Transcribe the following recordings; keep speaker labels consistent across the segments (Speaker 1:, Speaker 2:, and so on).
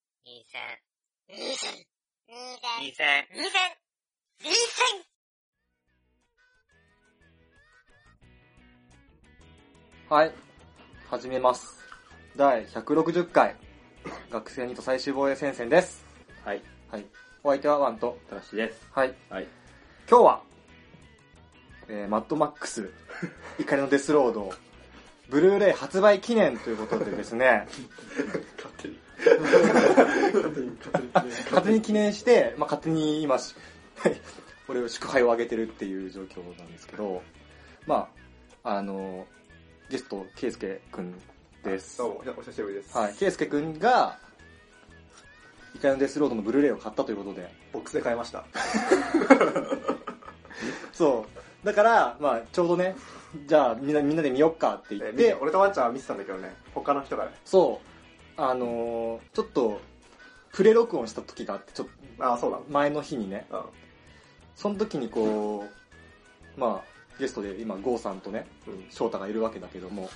Speaker 1: 2000、2000、
Speaker 2: 2000。2000。2000。2000!
Speaker 3: はい。始めます。第160回、学生ニート最終防衛戦線です。
Speaker 4: はい、
Speaker 3: はい。お相手はワンと。
Speaker 4: たかしです。
Speaker 3: はい。
Speaker 4: はい。
Speaker 3: 今日は、えー、マッドマックス、怒りのデスロード、ブルーレイ発売記念ということでですね、
Speaker 4: 勝手に。
Speaker 3: 勝手に記念して、まあ、勝手に今し、 俺を祝杯をあげてるっていう状況なんですけど、まあ、あの、ゲスト、ケイスケくんです。
Speaker 5: どうも、お久しぶりです。
Speaker 3: はい、ケイスケくんが、イカのデスロードのブルーレイを買ったということで。
Speaker 5: ボックスで買いました。
Speaker 3: そう。だから、まあ、ちょうどね、じゃあみんなみんなで見よっかって言
Speaker 5: え
Speaker 3: っ
Speaker 5: 見て
Speaker 3: て、
Speaker 5: 俺とワンちゃんは見てたんだけどね、他の人がね、
Speaker 3: そう、あのーちょっと、プレ録音した時があって、ちょっと
Speaker 5: ああ、そうなの。
Speaker 3: 前の日にね、
Speaker 5: うん。
Speaker 3: その時にこう、まあ、ゲストで今、ゴーさんとね、
Speaker 5: うん。
Speaker 3: 翔太がいるわけだけども、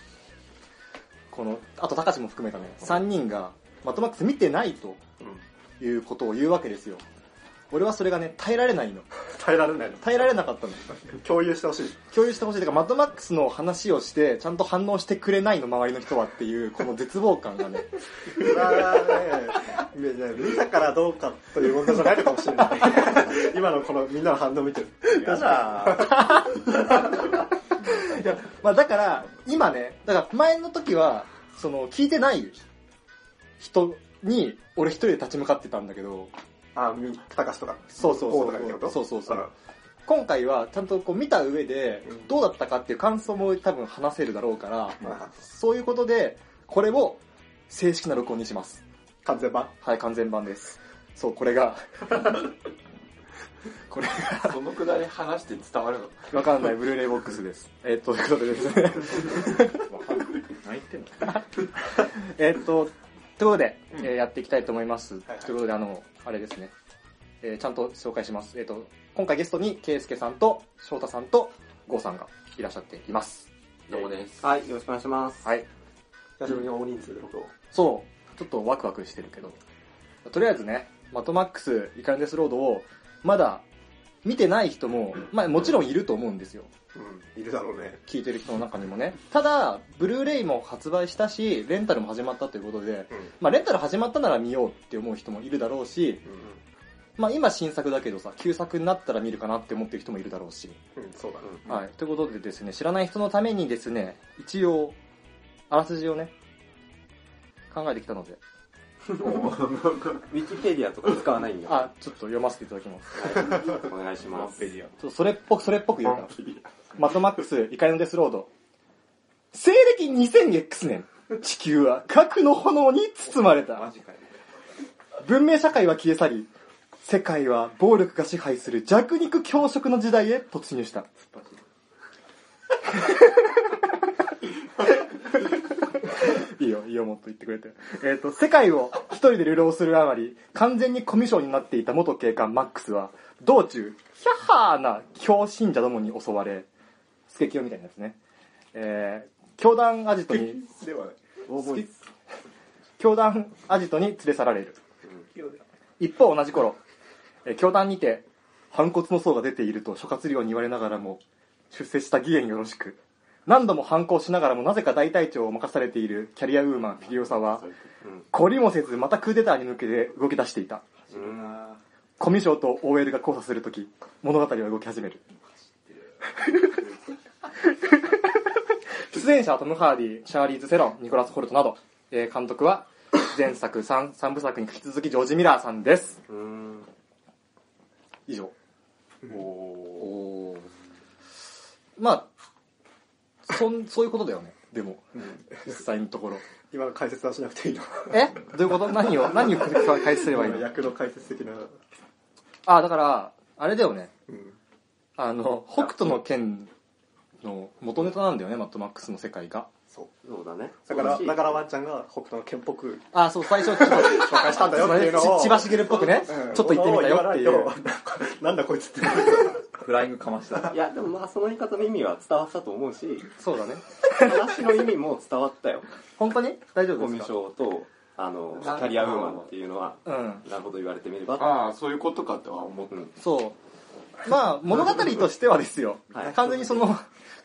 Speaker 3: この、あと、高志も含めたね、3人が、マットマックス見てないと。
Speaker 5: うん。
Speaker 3: いうことを言うわけですよ。俺はそれがね、耐えられないの。
Speaker 5: 耐えられないの。
Speaker 3: 耐えられなかったの。
Speaker 5: 共有してほしい。
Speaker 3: 共有してほしい。だから、マッドマックスの話をして、ちゃんと反応してくれないの、周りの人はっていう、この絶望感がね。
Speaker 5: うわーねね見たからどうかという問題じゃないのかもし れない。今のこのみんなの反応見てる。
Speaker 4: やだ
Speaker 3: いや、まあだから、今ね、だから前の時は、その、聞いてない人に、俺一人で立ち向かってたんだけど、
Speaker 5: あ、たかしとか。
Speaker 3: そうそう
Speaker 5: こ
Speaker 3: そう
Speaker 5: とかってこ
Speaker 3: う。
Speaker 5: と
Speaker 3: そうそうそう。今回は、ちゃんとこう見た上で、どうだったかっていう感想も多分話せるだろうから、
Speaker 5: うんまあ
Speaker 3: そういうことで、これを正式な録音にします。
Speaker 5: 完全版
Speaker 3: はい、完全版です。そう、これ が、これが、
Speaker 4: そのくだり話して伝わるの
Speaker 3: わかんないブルーレイボックスです。えっと、ということでですね、
Speaker 4: わかんない。泣いても。
Speaker 3: えっと、ということで、えーやっていきたいと思います。
Speaker 5: はいはい
Speaker 3: ということで、あの、あれですね、えーちゃんと紹介します。えっ、と、今回ゲストに、ケイスケさんと、翔太さんと、ゴーさんがいらっしゃっています。
Speaker 4: どうもです。
Speaker 5: はい、よろしくお願いします。
Speaker 3: はい。
Speaker 5: 久しぶりに大人数で録音。
Speaker 3: そう、ちょっとワクワクしてるけど。とりあえずね、マトマックス、イカルデスロードを、まだ見てない人も、まあもちろんいると思うんですよ。
Speaker 5: うん、いるだろうね。
Speaker 3: 聞いてる人の中にもね。ただ、ブルーレイも発売したし、レンタルも始まったということで、
Speaker 5: うん。
Speaker 3: まあレンタル始まったなら見ようって思う人もいるだろうし、まあ今新作だけどさ、旧作になったら見るかなって思ってる人もいるだろうし。
Speaker 5: うん、うん、そうだね。
Speaker 3: はい。ということでですね、知らない人のためにですね、一応、あらすじをね、考えてきたので、
Speaker 6: ウィキペディアとか使わないんよ。
Speaker 3: あ、ちょっと読ませていただきます。
Speaker 6: お願いし
Speaker 4: マ
Speaker 6: ま
Speaker 4: ッ
Speaker 6: す
Speaker 4: ペ。ディ
Speaker 3: ちょっとそれっぽく、それっぽく言うから。マッドマックス、怒りのデスロード。西暦 2000X 年、地球は核の炎に包まれ
Speaker 4: ア。マ
Speaker 3: た。
Speaker 4: ジかよ。
Speaker 3: 文明社会は消え去り、世界は暴力が支配する弱肉強食の時代へ突入した。 いいよ、いいよ、もっと言ってくれて。えっ、と、世界を一人で流浪するあまり、完全にコミュ障になっていた元警官マックスは、道中、ヒャッハーな狂信者どもに襲われ、スケキヨみたいなやつね。えー、教団アジトに、
Speaker 5: ではね、
Speaker 3: 教団アジトに連れ去られる。一方同じ頃、えー教団にて、反骨の層が出ていると諸葛亮に言われながらも、出世した義援よろしく。何度も反抗しながらもなぜか大隊長を任されているキャリアウーマンフィリオサは、懲りもせずまたクーデターに向けて動き出していた。コミュ障と OL が交差するとき、物語は動き始める。出演者はトム・ハーディ、シャーリーズ・セロン、ニコラス・ホルトなど、えー監督は前作 3, 三部作に引き続きジョージ・ミラーさんです。以上。おまあ、そん、そういうことだよね。でも、実際のところ。
Speaker 5: 今の解説はしなくていいの。
Speaker 3: えどういうこと何を、何を解説すればいいの
Speaker 5: 役の解説的な。
Speaker 3: あ、だから、あれだよね。
Speaker 5: うん。
Speaker 3: あの、北斗の剣の元ネタなんだよね、マットマックスの世界が。
Speaker 5: そう。
Speaker 6: そうだね。
Speaker 5: だから、
Speaker 6: そう
Speaker 5: だ
Speaker 6: し
Speaker 5: からワンちゃんが北斗の剣っぽく、
Speaker 3: あ、そう、最初ちょっと紹介した
Speaker 5: んだよっていうのを
Speaker 3: 千葉茂っぽくね、
Speaker 5: うん
Speaker 3: ちょっと行ってみたよってい
Speaker 5: 言
Speaker 3: う
Speaker 5: わ。ないとなんだこいつって。
Speaker 4: フライングかました。
Speaker 6: いや、でもまあその言い方の意味は伝わったと思うし、
Speaker 3: そうだね。
Speaker 6: 話の意味も伝わったよ。
Speaker 3: 本当に大丈夫
Speaker 6: コ
Speaker 3: で
Speaker 6: ミ
Speaker 3: す
Speaker 6: ュ
Speaker 3: か
Speaker 6: 障と、あのキャリアウーマンっていうのは
Speaker 3: うん
Speaker 6: なこと言われてみれば
Speaker 4: ああ、そういうことかとは思って
Speaker 6: うん
Speaker 3: そうまあ物語としてはですよ、
Speaker 6: はい
Speaker 3: 完全にその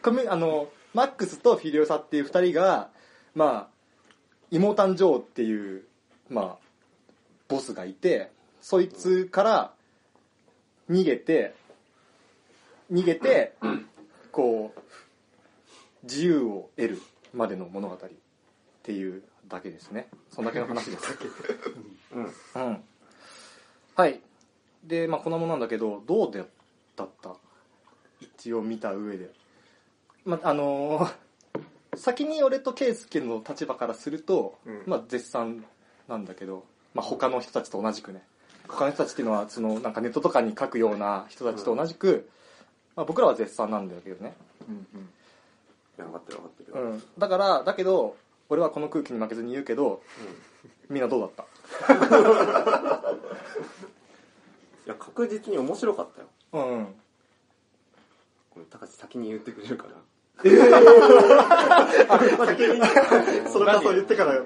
Speaker 3: コミュあのマックスとフィリオサっていう二人がまあ妹誕生っていうまあボスがいてそいつから逃げて逃げてこう自由を得るまでの物語っていうだけですねそんだけの話です
Speaker 6: うん
Speaker 3: うんはいでまあこんなもんなんだけどどうでだった一応見た上でまああのー先に俺と圭介の立場からすると、
Speaker 5: うん
Speaker 3: まあ絶賛なんだけど、まあ、他の人たちと同じくね他の人たちっていうのはそのなんかネットとかに書くような人たちと同じく、まあ、僕らは絶賛なんだけどね、
Speaker 6: いや分かってる分かってる、
Speaker 3: うん、だからだけど俺はこの空気に負けずに言うけど、みんなどうだった
Speaker 6: いや確実に面白かったよ
Speaker 3: うんうん、
Speaker 6: これ高橋先に言ってくれるかな
Speaker 5: その感想言ってから、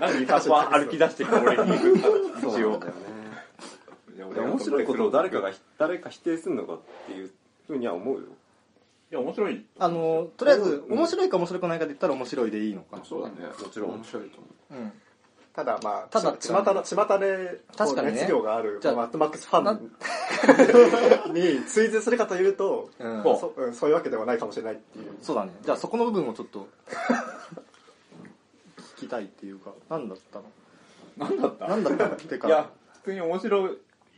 Speaker 4: 何タコは歩き出してくる俺に。
Speaker 6: そうなんだよねいや面白いことを誰かが誰か否定するのかっていうふうには思うよ
Speaker 4: いや、面白い。
Speaker 3: あのとりあえず
Speaker 6: うん
Speaker 3: 面白いか面白くないかで言ったら面白いでいいのかな
Speaker 4: そうだね。
Speaker 6: もちろん
Speaker 4: 面白いと思う。
Speaker 3: うん
Speaker 5: ただまあ、
Speaker 3: ただ
Speaker 5: ちまたの、ちまたで、
Speaker 3: 確かにね
Speaker 5: 熱量がある、
Speaker 3: じゃあ
Speaker 5: マッドマックスファン に追随するかというと、
Speaker 3: うん
Speaker 5: そうんそういうわけではないかもしれないっていう。
Speaker 3: そうだねじゃあそこの部分をちょっと聞きたいっていうか何だったの
Speaker 4: なんだった
Speaker 3: 何だったのってか
Speaker 4: いや、普通に面白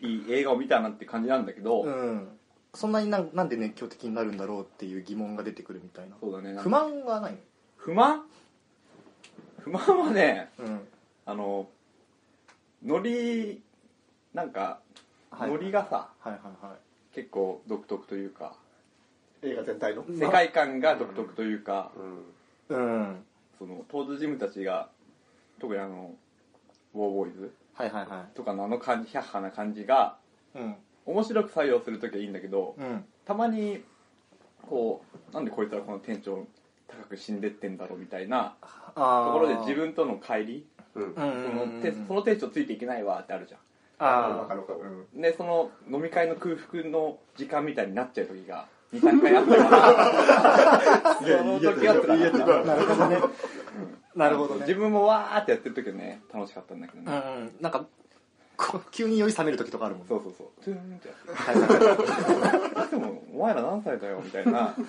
Speaker 4: い映画を見たなって感じなんだけど、
Speaker 3: うんそんなになんなんで熱狂的になるんだろうっていう疑問が出てくるみたいな
Speaker 4: そうだね。なんか
Speaker 3: 不満はない
Speaker 4: 不満不満はね、
Speaker 3: のうん
Speaker 4: あの、ノリ、なんか、
Speaker 3: はい
Speaker 4: ノリがさ、
Speaker 3: はいはいはい
Speaker 4: 結構独特というか、
Speaker 5: 映画全体の。
Speaker 4: 世界観が独特というか、
Speaker 6: うん
Speaker 3: うんはい
Speaker 4: その、トーズジムたちが、特にあの、ウォーボーイズ
Speaker 3: はいは
Speaker 4: とかのあの感じ、ヒャッハな感じが、
Speaker 3: いうん
Speaker 4: 面白く採用するときはいいんだけど、
Speaker 3: うん
Speaker 4: たまに、こう、なんでこいつらこの店長高く死んでってんだろうみたいな
Speaker 3: あ
Speaker 4: と
Speaker 3: あ
Speaker 4: ころで自分との帰り、
Speaker 6: う
Speaker 3: う
Speaker 6: ん
Speaker 3: ん
Speaker 4: そ
Speaker 3: うんう
Speaker 4: の
Speaker 3: ん
Speaker 4: てその店長ついていけないわってあるじゃん。
Speaker 5: わ
Speaker 3: あ
Speaker 5: かるわかる。
Speaker 4: でその飲み会の空腹の時間みたいになっちゃう時が23回あった からその時は辛かった
Speaker 3: あなるほどね なるほどね
Speaker 4: 自分もわーってやってる時はね楽しかったんだけど
Speaker 3: う
Speaker 4: ね、
Speaker 3: んうんなんかこう急に酔い冷める時とかあるもんね
Speaker 4: そうそうそうトゥーンってやっ
Speaker 3: はいはいはい
Speaker 4: てでもお前ら何歳だよみた いなう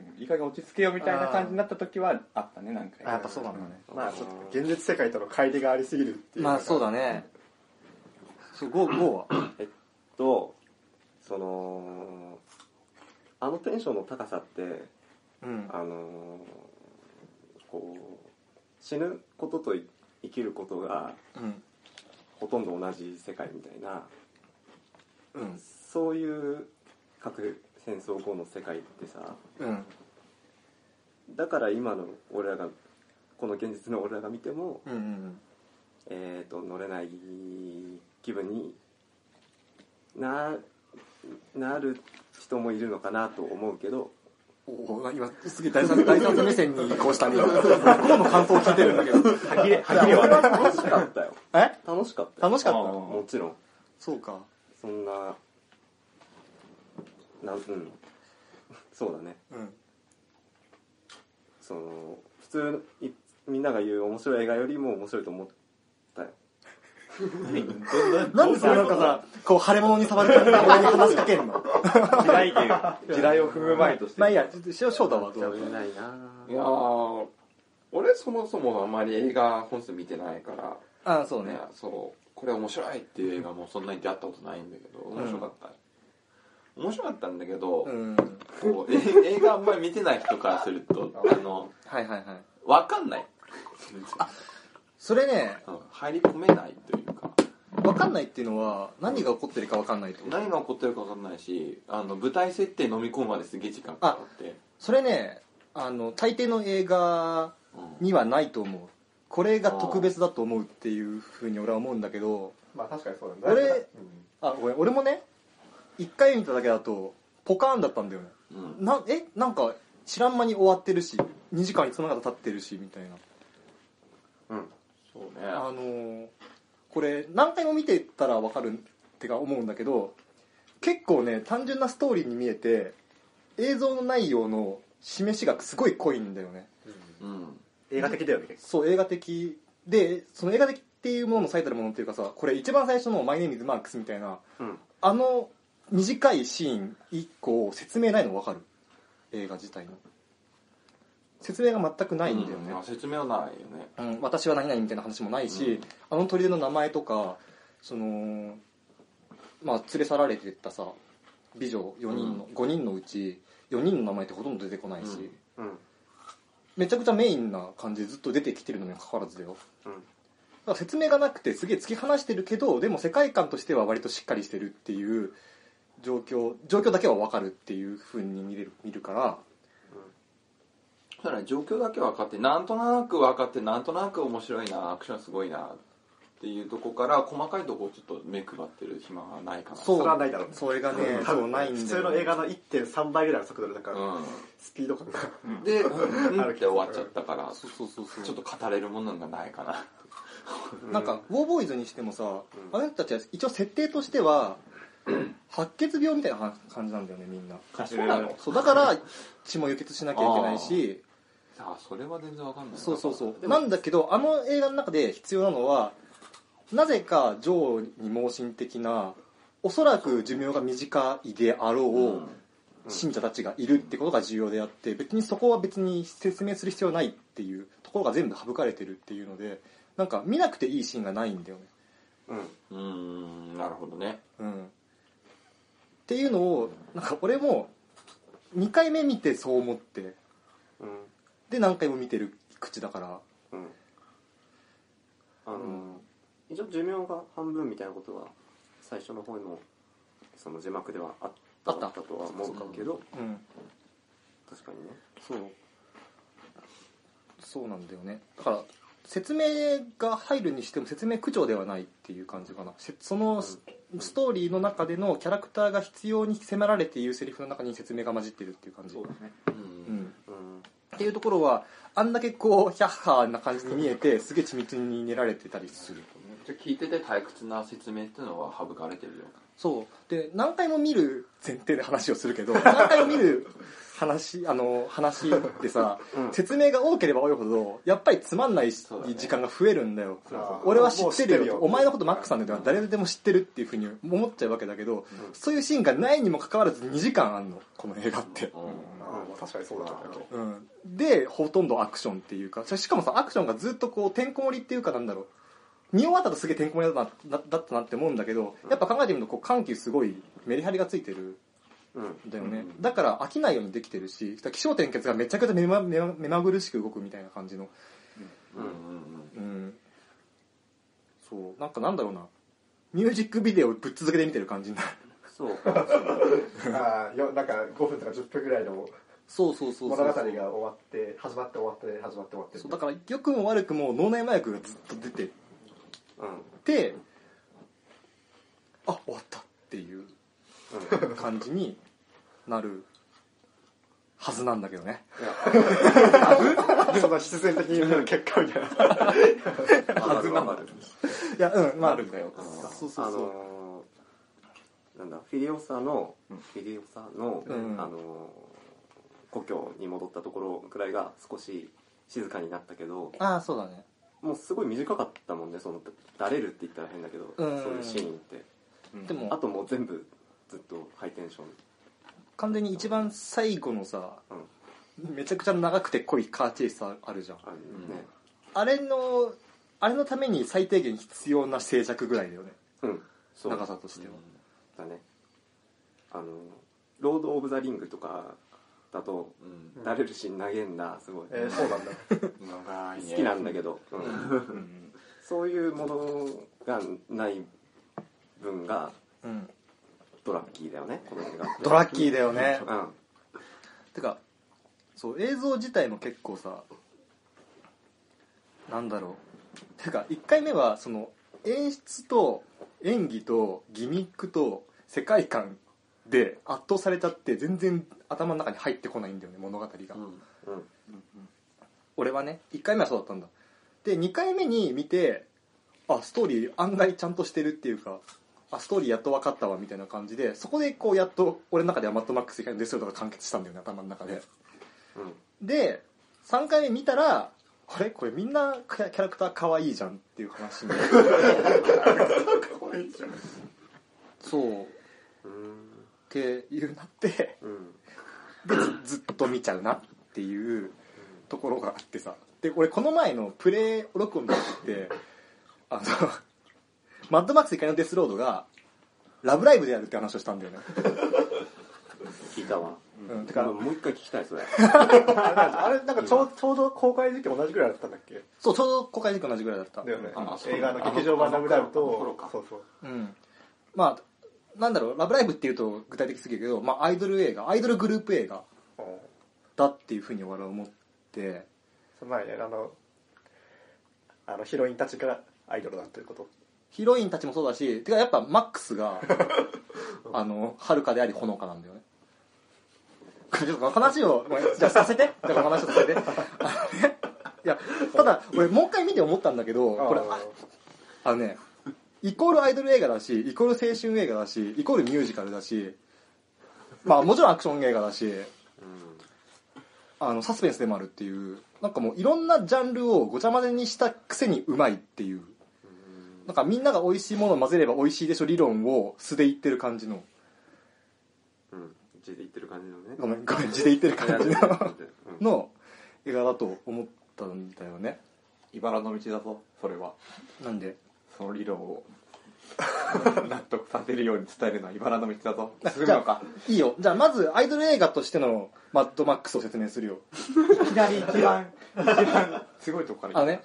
Speaker 4: んいい加減落ち着けよみたいな感じになった時はあったね何回
Speaker 3: あ
Speaker 4: か
Speaker 3: やっぱそうなんだね
Speaker 5: まあちょっと現実世界との乖離がありすぎるっていう。
Speaker 3: まあそうだねそうゴーゴーは
Speaker 6: えっとそのあのテンションの高さって
Speaker 3: うん
Speaker 6: あのこう死ぬこととい生きることが
Speaker 3: うん
Speaker 6: ほとんど同じ世界みたいな
Speaker 3: うん
Speaker 6: そういう核戦争後の世界ってさ
Speaker 3: うん
Speaker 6: だから今の俺らがこの現実の俺らが見ても、
Speaker 3: うんうん
Speaker 6: えー、と乗れない気分にななる人もいるのかなと思うけど
Speaker 3: おお今すげえ第三 第三者目線に移行した ね今今の感想を聞いてるんだけ ど
Speaker 4: 歯切れ歯切
Speaker 6: 俺
Speaker 4: れは
Speaker 6: は楽しかったよ
Speaker 3: え
Speaker 6: 楽しかったよ
Speaker 3: 楽しかっ
Speaker 4: あ
Speaker 3: た
Speaker 4: ー
Speaker 6: もちろん
Speaker 3: そうか
Speaker 6: そんななんうん そうだね
Speaker 3: うん
Speaker 6: その普通いみんなが言う面白い映画よりも面白いと思ったよ
Speaker 3: なんでそれなんかさこう腫れ物に触る感じで俺に話しかけんの
Speaker 4: 地雷芸地雷を踏む前として
Speaker 3: まあいいやしょ翔太はど
Speaker 6: 乗れ
Speaker 3: う
Speaker 6: ないない
Speaker 1: やー俺そもそもあまり映画本数見てないから、
Speaker 3: ああそう
Speaker 1: ね
Speaker 3: ね、
Speaker 1: そうこれ面白いっていう映画もそんなに出会ったことないんだけど面白かった、面白かったんだけど、
Speaker 3: うん
Speaker 1: こうえ映画あんまり見てない人からするとあの
Speaker 3: はいはいはい
Speaker 1: わかんない
Speaker 3: それね
Speaker 1: うん入り込めないというか
Speaker 3: 分かんないっていうのは何が起こってるか分かんないってこと
Speaker 1: 何が起こってるかわかんないしあの舞台設定飲み込むまですげえ時間かかって
Speaker 3: それねあの大抵の映画
Speaker 1: うん
Speaker 3: にはないと思うこれが特別だと思うっていうふうに俺は思うんだけど
Speaker 5: まあ確かにそうなんだ
Speaker 3: 俺あごめん俺もね一回見ただけだとポカーンだったんだよね
Speaker 1: うん
Speaker 3: なえなんか知らん間に終わってるし2時間いつの間にか経ってるしみたいな
Speaker 6: うん
Speaker 1: そうね
Speaker 3: あのーこれ何回も見てたら分かるってか思うんだけど結構ね単純なストーリーに見えて映像の内容の示しがすごい濃いんだよね
Speaker 1: うん
Speaker 5: 映画的だよね結
Speaker 3: そう映画的でその映画的っていうものの最たるものっていうかさこれ一番最初の「マイネームズ・マークス」みたいな
Speaker 6: うん
Speaker 3: あの短いシーン以降説明ないの分かる映画自体の説明が全くないんだよね、
Speaker 1: うん説明はないよね
Speaker 3: うん、私は何々みたいな話もないし、あの砦の名前とかそのまあ連れ去られてったさ美女4人の、5人のうち4人の名前ってほとんど出てこないし、
Speaker 1: うん
Speaker 6: うん
Speaker 3: めちゃくちゃメインな感じでずっと出てきてるのにもかかわらずだよ
Speaker 6: うん
Speaker 3: だから説明がなくてすげえ突き放してるけどでも世界観としては割としっかりしてるっていう状況状況だけは分かるっていうふうに見れる見るから
Speaker 1: そうだね状況だけ分かってなんとなく分かってなんとなく面白いなアクションすごいなっていうとこから細かいとこちょっと目配ってる暇がないかな
Speaker 5: それはないだろうね
Speaker 3: それがね
Speaker 5: 構
Speaker 3: そうないんだよ
Speaker 5: 普通の映画の1.3倍ぐらいの速度でなんか
Speaker 1: う
Speaker 5: スピード感が
Speaker 1: んでうん
Speaker 5: ある
Speaker 1: って終わっちゃったから
Speaker 3: そうそうそうそう
Speaker 1: ちょっと語れるものがないかな
Speaker 3: なんか、ウォーボーイズにしてもさ、あの人たちは一応設定として は、白血病みたいなは感じなんだよね、みんな。
Speaker 1: そうなの
Speaker 3: そう、だから、血も輸血しなきゃいけないし、
Speaker 1: あそれは全然分かんない
Speaker 3: そうそうそうう。なんだけど、あの映画の中で必要なのは、なぜか女王に盲信的な、おそらく寿命が短いであろう、
Speaker 1: うん
Speaker 3: 信者たちがいるってことが重要であって別にそこは別に説明する必要ないっていうところが全部省かれてるっていうのでなんか見なくていいシーンがないんだよね
Speaker 6: うん
Speaker 1: うーんなるほどね
Speaker 3: うんっていうのをなんか俺も2回目見てそう思って
Speaker 6: うん
Speaker 3: で何回も見てる口だから
Speaker 6: うんあのー、一応寿命が半分みたいなことは最初の方のその字幕ではあった
Speaker 3: あった
Speaker 6: とは思うけど
Speaker 3: うん
Speaker 6: 確かにね
Speaker 3: そうそうなんだよねだから説明が入るにしても説明口調ではないっていう感じかなせそのスストーリーの中でのキャラクターが必要に迫られているセリフの中に説明が混じってるっていう感じ
Speaker 4: そうだね
Speaker 1: う
Speaker 3: うんん、
Speaker 6: うん
Speaker 3: っていうところはあんだけこうヒャッハーな感じに見えてすげえ緻密に練られてたりする
Speaker 1: じゃあ聞いてて退屈な説明っていうのは省かれてるよ
Speaker 3: そうで何回も見る前提で話をするけど何回も見る話あの話ってさ、
Speaker 6: うん
Speaker 3: 説明が多ければ多いほどやっぱりつまんないし
Speaker 1: そうだね
Speaker 3: 時間が増えるんだよ
Speaker 5: そう
Speaker 3: 俺は知ってるよ
Speaker 5: もう知ってるよ
Speaker 3: お前のことマックさんだよ誰でも知ってるっていうふうに思っちゃうわけだけど、
Speaker 6: ん
Speaker 3: そういうシーンがないにもかかわらず2時間あんのこの映画っ
Speaker 1: う
Speaker 3: て、
Speaker 1: ん
Speaker 5: ああ確かにそうだったけど
Speaker 3: うん、でほとんどアクションっていうかしかもさアクションがずっとこうてんこ盛りっていうかなんだろう見終わったとすげえてんこ盛りだったなだだったなって思うんだけどやっぱ考えてみるとこう緩急すごいメリハリがついてる
Speaker 6: うん
Speaker 3: んだよね、
Speaker 1: うん
Speaker 3: だから飽きないようにできてるしだから起承転結がめちゃくちゃ目ま目ま目まぐるしく動くみたいな感じの
Speaker 1: うんうん
Speaker 3: うんそうなんかなんだろうなミュージックビデオをぶっ続けて見てる感じになる
Speaker 6: そう
Speaker 5: ああよなんか5分とか10分ぐらいの
Speaker 3: そうそうそうそう
Speaker 5: 物語が終わって始まって終わって始まって終わって
Speaker 3: そうだから良くも悪くも脳内麻薬がずっと出て
Speaker 6: うん
Speaker 3: ってあ終わったっていう感じになるはずなんだけどね
Speaker 5: そんな必然的に見る結果みたいな
Speaker 6: はずなまる
Speaker 3: いやうんまあ
Speaker 4: あるんだよ
Speaker 3: そう
Speaker 6: あ
Speaker 3: そうそう
Speaker 6: のー、なんだフィリオサの、フィリオサの、
Speaker 3: うん
Speaker 6: あのー故郷に戻ったところくらいが少し静かになったけど
Speaker 3: ああそうだね
Speaker 6: もうすごい短かったもんねそのだれるって言ったら変だけど、
Speaker 3: うん
Speaker 6: そういうシーンって
Speaker 3: でも
Speaker 6: あともう全部ずっとハイテンション
Speaker 3: 完全に一番最後のさ
Speaker 6: うん
Speaker 3: めちゃくちゃ長くて濃いカーチェイスあるじゃん
Speaker 6: あるね
Speaker 3: あれのあれのために最低限必要な静寂ぐらいだよね
Speaker 6: うん、そう
Speaker 3: 長さとしては
Speaker 6: だねあのロード・オブ・ザ・リングとかだと
Speaker 1: うん
Speaker 6: だれるシーン投げんなすごい、
Speaker 5: えーそうなんだ
Speaker 1: うん長いね
Speaker 6: 好きなんだけど、うん
Speaker 4: うん
Speaker 6: そういうものがない分が
Speaker 3: うん
Speaker 6: ドラッキーだよねこの映画って
Speaker 3: ドラッキーだよね
Speaker 6: うん
Speaker 3: てかそう映像自体も結構さなんだろうてか1回目はその演出と演技とギミックと世界観で圧倒されちゃって全然頭の中に入ってこないんだよね物語が、
Speaker 1: うん
Speaker 6: うん
Speaker 3: 俺はね1回目はそうだったんだで2回目に見てあストーリー案外ちゃんとしてるっていうかあストーリーやっと分かったわみたいな感じでそこでこうやっと俺の中ではマッドマックス以外のデスロードが完結したんだよね頭の中で
Speaker 6: うん
Speaker 3: で3回目見たらあれこれみんなキャキャラクター可愛いじゃんっていう話にそうっ
Speaker 6: うん
Speaker 3: ていうなって
Speaker 6: うん
Speaker 3: でずずっと見ちゃうなっていうところがあってさで俺この前のプレイ録音の時ってあの マッドマックス怒りのデスロードがラブライブでやるって話をしたんだよね、
Speaker 6: 聞いたわ
Speaker 3: うん、て
Speaker 6: だか
Speaker 3: か
Speaker 6: らもう一回聞きたい それ
Speaker 5: あれなんかちょうちょうど公開時期同じぐらいだったんだっけ
Speaker 3: そうちょうど公開時間同じぐらいだった
Speaker 5: だよね
Speaker 1: あそう
Speaker 5: 映画の劇場版ラブライブ
Speaker 1: あの頃
Speaker 5: と
Speaker 1: か
Speaker 5: そうそう
Speaker 3: うんまあなんだろうラブライブっていうと具体的すぎるけど、まあ、アイドル映画アイドルグループ映画
Speaker 5: うん
Speaker 3: だっていうふうに俺は思って
Speaker 5: その前ねあのあのヒロインたちがアイドルだということ
Speaker 3: ヒロインたちもそうだしてかやっぱマックス があのはるかでありほのかなんだよねちょっと話をごめんじゃあさせてじゃあ話をさせてあ のねいやただ俺もう一回見て思ったんだけどこれああのねイコールアイドル映画だしイコール青春映画だしイコールミュージカルだしまあもちろんアクション映画だし
Speaker 6: うん
Speaker 3: あのサスペンスでもあるっていうなんかもういろんなジャンルをごちゃ混ぜにしたくせにうまいっていうなんかみんなが美味しいものを混ぜれば美味しいでしょ理論を素で言ってる感じの
Speaker 6: うん字で言ってる感じのね
Speaker 3: ごめんごめん字で言ってる感じ の
Speaker 6: うん
Speaker 3: の映画だと思ったんだよね
Speaker 4: 茨の道だぞそれは
Speaker 3: なんで
Speaker 4: その理 論を納得させるように伝えるのは茨の道だぞ進む
Speaker 3: じゃ
Speaker 4: のか
Speaker 3: あいいよじゃあまずアイドル映画としてのマッドマックスを説明するよ
Speaker 4: いきなり一番一番すごいとこから
Speaker 3: あのね、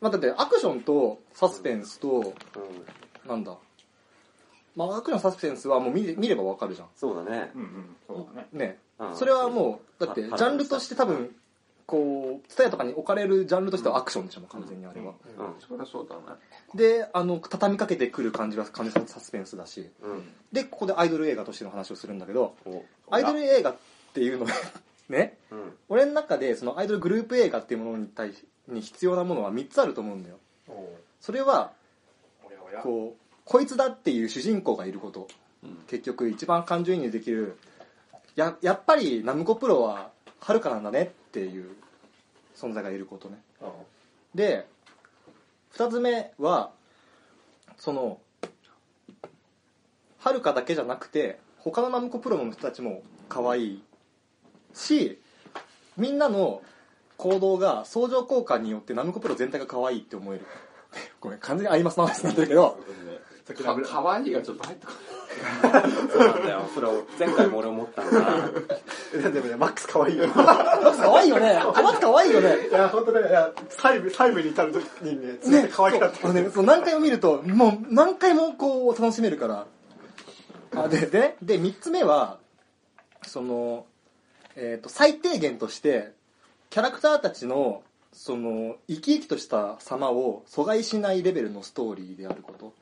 Speaker 3: まあ、だってアクションとサスペンスと
Speaker 6: うん
Speaker 3: なんだまあアクションサスペンスはもう見れ見ればわかるじゃん
Speaker 6: そうだね
Speaker 4: うんうんそうだね
Speaker 3: ね
Speaker 6: うん
Speaker 3: それはもうだってジ
Speaker 6: は
Speaker 3: ャンルとして多分こう蔦屋とかに置かれるジャンルとしてはアクションでしょもう完全にあれは、
Speaker 6: うん
Speaker 1: そりゃそうだね
Speaker 3: であの畳みかけてくる感じは完全にサスペンスだし
Speaker 6: うん
Speaker 3: でここでアイドル映画としての話をするんだけど
Speaker 6: お
Speaker 3: アイドル映画っていうのは ね
Speaker 6: うん
Speaker 3: 俺の中でそのアイドルグループ映画っていうものに対しに必要なものは3つあると思うんだよそれはこうこいつだっていう主人公がいること
Speaker 1: うん
Speaker 3: 結局一番感情移入できるややっぱりナムコプロははるかなんだねっていう存在がいることねで2つ目はそのはるかだけじゃなくて他のナムコプロの人たちも可愛いしみんなの行動が相乗効果によってナムコプロ全体が可愛いって思える ごめん完全にアイマスの話なんだけど
Speaker 1: かかわいいがちょっと入ってこ
Speaker 6: そうなんだよそれを前回も俺思ったんだ
Speaker 5: えでもねマックス可愛いよい
Speaker 3: マックス可愛いよねあマックス可愛いよね
Speaker 5: や本当ねいや細部細部に至る時にねつい
Speaker 3: ね
Speaker 5: て、可愛くなってく
Speaker 3: そう
Speaker 5: る
Speaker 3: ねそう何回も見ると、もう何回もこう楽しめるから。あで、でね、で、3つ目は、その、えっ、と、最低限として、キャラクターたちの、その、生き生きとした様を阻害しないレベルのストーリーであること。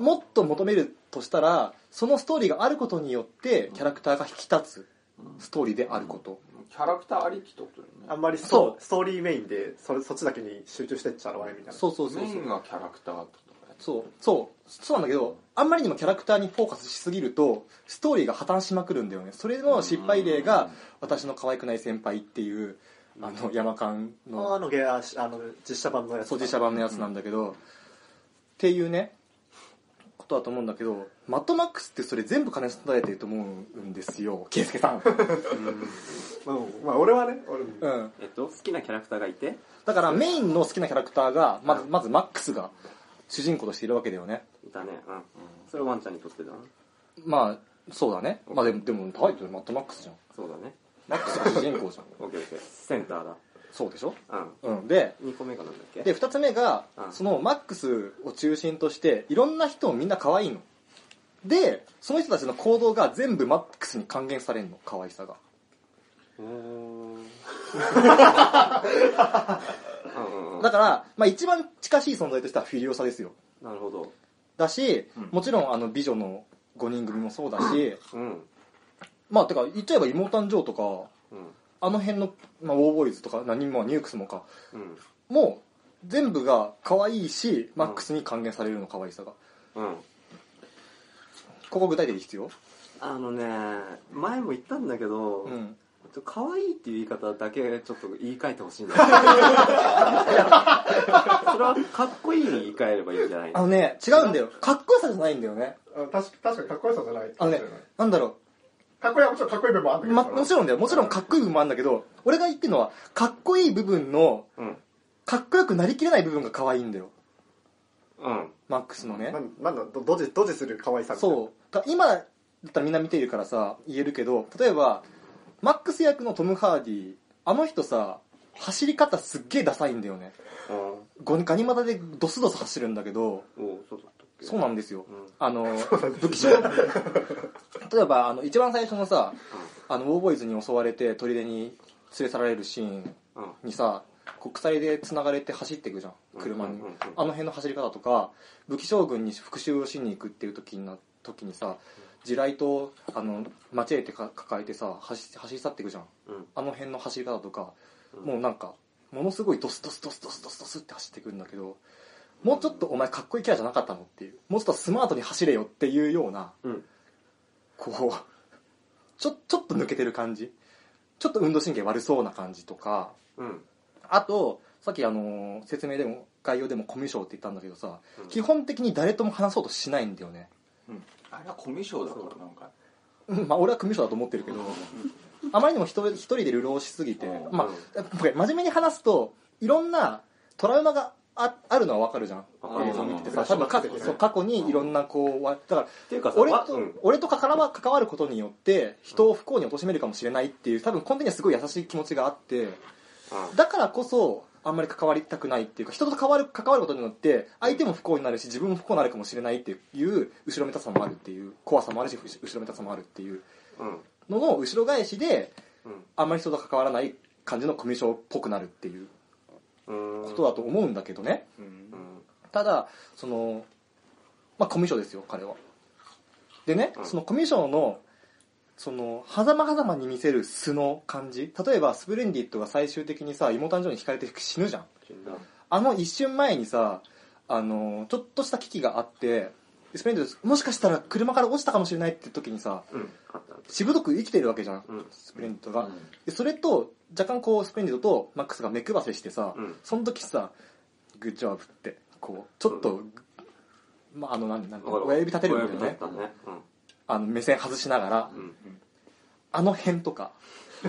Speaker 3: もっと求めるとしたら、そのストーリーがあることによって、キャラクターが引き立つストーリーであること。
Speaker 1: ないキャラクターありきってことだ
Speaker 5: あ
Speaker 1: よ
Speaker 5: ん
Speaker 1: ね
Speaker 5: まりス
Speaker 3: そ
Speaker 5: トストーリーメインでそれそっちだけに集中してっちゃうわねみたいな
Speaker 3: そうそうそう
Speaker 1: メ
Speaker 3: そ
Speaker 1: イ
Speaker 3: う。
Speaker 1: ンがキャラクターってことね
Speaker 3: そうそうそうなんだけどあんまりにもキャラクターにフォーカスしすぎるとストーリーが破綻しまくるんだよねそれの失敗例
Speaker 1: うん
Speaker 3: が私の可愛くない先輩っていうあの山間
Speaker 5: あ
Speaker 3: の
Speaker 5: のゲアあの実写版のやつ
Speaker 3: 掃除者版のやつなんだけどっていうねことだと思うんだけどマットマックスってそれ全部兼ね備えてると思うんですよ圭介さん、
Speaker 5: まあうんまあ俺はね俺も
Speaker 3: うん、
Speaker 6: えっと好きなキャラクターがいて
Speaker 3: だからメインの好きなキャラクターがまずまずマックスが主人公としているわけだよね
Speaker 6: いたねうんそれワンちゃんにとってだな
Speaker 3: まあそうだねまあでもでもタイトルマットマックスじゃん
Speaker 6: そうだね
Speaker 3: マックスが主人公じゃん
Speaker 6: オッケーオッケーセンターだ
Speaker 3: そうでしょ
Speaker 6: うん
Speaker 3: うん、で
Speaker 6: 2個目がなんだっけ
Speaker 3: で2つ目が、
Speaker 6: うん
Speaker 3: そのマックスを中心としていろんな人をみんな可愛いのでその人たちの行動が全部マックスに還元されるの可愛さが
Speaker 6: うーんうんうんうん
Speaker 3: だから、まあ、一番近しい存在としてはフィリオサですよ
Speaker 6: なるほど
Speaker 3: だし、もちろんあの美女の5人組もそうだし
Speaker 6: うん
Speaker 3: まあてか言っちゃえば妹誕生とか
Speaker 6: うん
Speaker 3: あの辺の、まあ、ウォーボーイズとか何もニュークスもか
Speaker 6: うん
Speaker 3: もう全部が可愛いし、マックスに還元されるの可愛さが
Speaker 6: うん
Speaker 3: ここ具体的に必要
Speaker 6: あのね前も言ったんだけど、
Speaker 3: うん
Speaker 6: ちょっと可愛いっていう言い方だけちょっと言い換えてほ しいんだけどそれはかっこいいに言い換えればいいんじゃない
Speaker 3: あ
Speaker 6: の
Speaker 3: のね違うんだよかっこよさじゃないんだよね
Speaker 5: あ確か確かにかっこよさじゃない
Speaker 3: あのねなんだろ
Speaker 5: かっこいいはもちろんかっこいい部分もあるん
Speaker 3: う、
Speaker 5: だけど
Speaker 3: ま、もちろんだよもちろんかっこいい部分もあるんだけど俺が言ってるのはかっこいい部分の
Speaker 6: うん
Speaker 3: かっこよくなりきれない部分が可愛いんだよ
Speaker 6: うん
Speaker 3: マックスのね
Speaker 5: なんなんだどドジドジする可愛さみたいな
Speaker 3: そうだ今だったらみんな見ているからさ言えるけど例えばマックス役のトム・ハーディあの人さ走り方すっげえダサいんだよね
Speaker 6: うん
Speaker 3: ゴニガニ股でドスドス走るんだけど
Speaker 6: おうそうだったっけ
Speaker 3: そうなんですよ
Speaker 6: うん
Speaker 3: あの武器商例えばあの一番最初のさあのウォーボーイズに襲われて砦に連れ去られるシーン
Speaker 6: うん
Speaker 3: にさ国際で繋がれて走っていくじゃん車に、
Speaker 6: うんうんうんうん
Speaker 3: あの辺の走り方とか武器将軍に復讐をしに行くっていう時にな時にさ地雷とあの町へってか抱えてさ走走り去っていくじゃん
Speaker 6: うん
Speaker 3: あの辺の走り方とか、
Speaker 6: うん
Speaker 3: もうなんかものすごいドスドスドスドスドスドスって走ってくるんだけどもうちょっとお前かっこいいキャラじゃなかったのっていうもうちょっとスマートに走れよっていうような
Speaker 6: うん
Speaker 3: こうちょちょっと抜けてる感じちょっと運動神経悪そうな感じとか
Speaker 6: うん
Speaker 3: あと、さっきあのー説明でも、概要でもコミュ障って言ったんだけどさ、
Speaker 6: うん
Speaker 3: 基本的に誰とも話そうとしないんだよね。
Speaker 1: うんあれはコミュ障だからなんか
Speaker 3: うんまあ俺はコミュ障だと思ってるけど、あまりにも人一人で流浪しすぎて、
Speaker 1: うん
Speaker 3: まあ、これ真面目に話すと、いろんなトラウマがああるのはわかるじゃん。
Speaker 6: わかる
Speaker 3: 映像見てて
Speaker 1: う
Speaker 3: さ、
Speaker 1: ん
Speaker 3: 多分過
Speaker 5: そうね
Speaker 3: そう過去にいろんなこう、わだから、
Speaker 6: っていうかさ
Speaker 3: 俺
Speaker 6: わ
Speaker 3: と、
Speaker 6: うん
Speaker 3: 俺と関わ関わることによって、人を不幸に貶めるかもしれないっていう、多分根底にはすごい優しい気持ちがあって、だからこそあんまり関わりたくないっていうか人と関わる関わることによって相手も不幸になるし自分も不幸になるかもしれないっていう後ろめたさもあるっていう怖さもあるし後後ろめたさもあるっていう
Speaker 6: うんうん
Speaker 3: のの後ろ返しで
Speaker 6: うん
Speaker 3: あんまり人と関わらない感じのコミュ障っぽくなるっていう
Speaker 6: うん
Speaker 3: ことだと思うんだけどね
Speaker 1: うん
Speaker 6: うん
Speaker 3: ただそのまあコミュ障ですよ彼はでね
Speaker 6: うん
Speaker 3: そのコミュ障のその狭間狭間に見せる素の感じ例えばスプレンディットが最終的にさ妹誕生に惹かれて死ぬじゃん
Speaker 6: 死んだ
Speaker 3: あの一瞬前にさ、あの、ちょっとした危機があって、スペインでもしかしたら車から落ちたかもしれないって時にさ、
Speaker 6: うんあった
Speaker 3: しぶとく生きてるわけじゃん、
Speaker 6: うん
Speaker 3: スプレンディットが。でそれと、若干こう、スプレンディットとマックスが目くばせしてさ、
Speaker 6: うん
Speaker 3: その時さ、グッジョブって、こう、ちょっと、まあ、あの、なんなんていうの親指立てるんだよ
Speaker 6: 親指
Speaker 3: ね
Speaker 6: 立。てたねうん
Speaker 3: あの、目線外しながら、
Speaker 6: うん
Speaker 3: あの辺とか。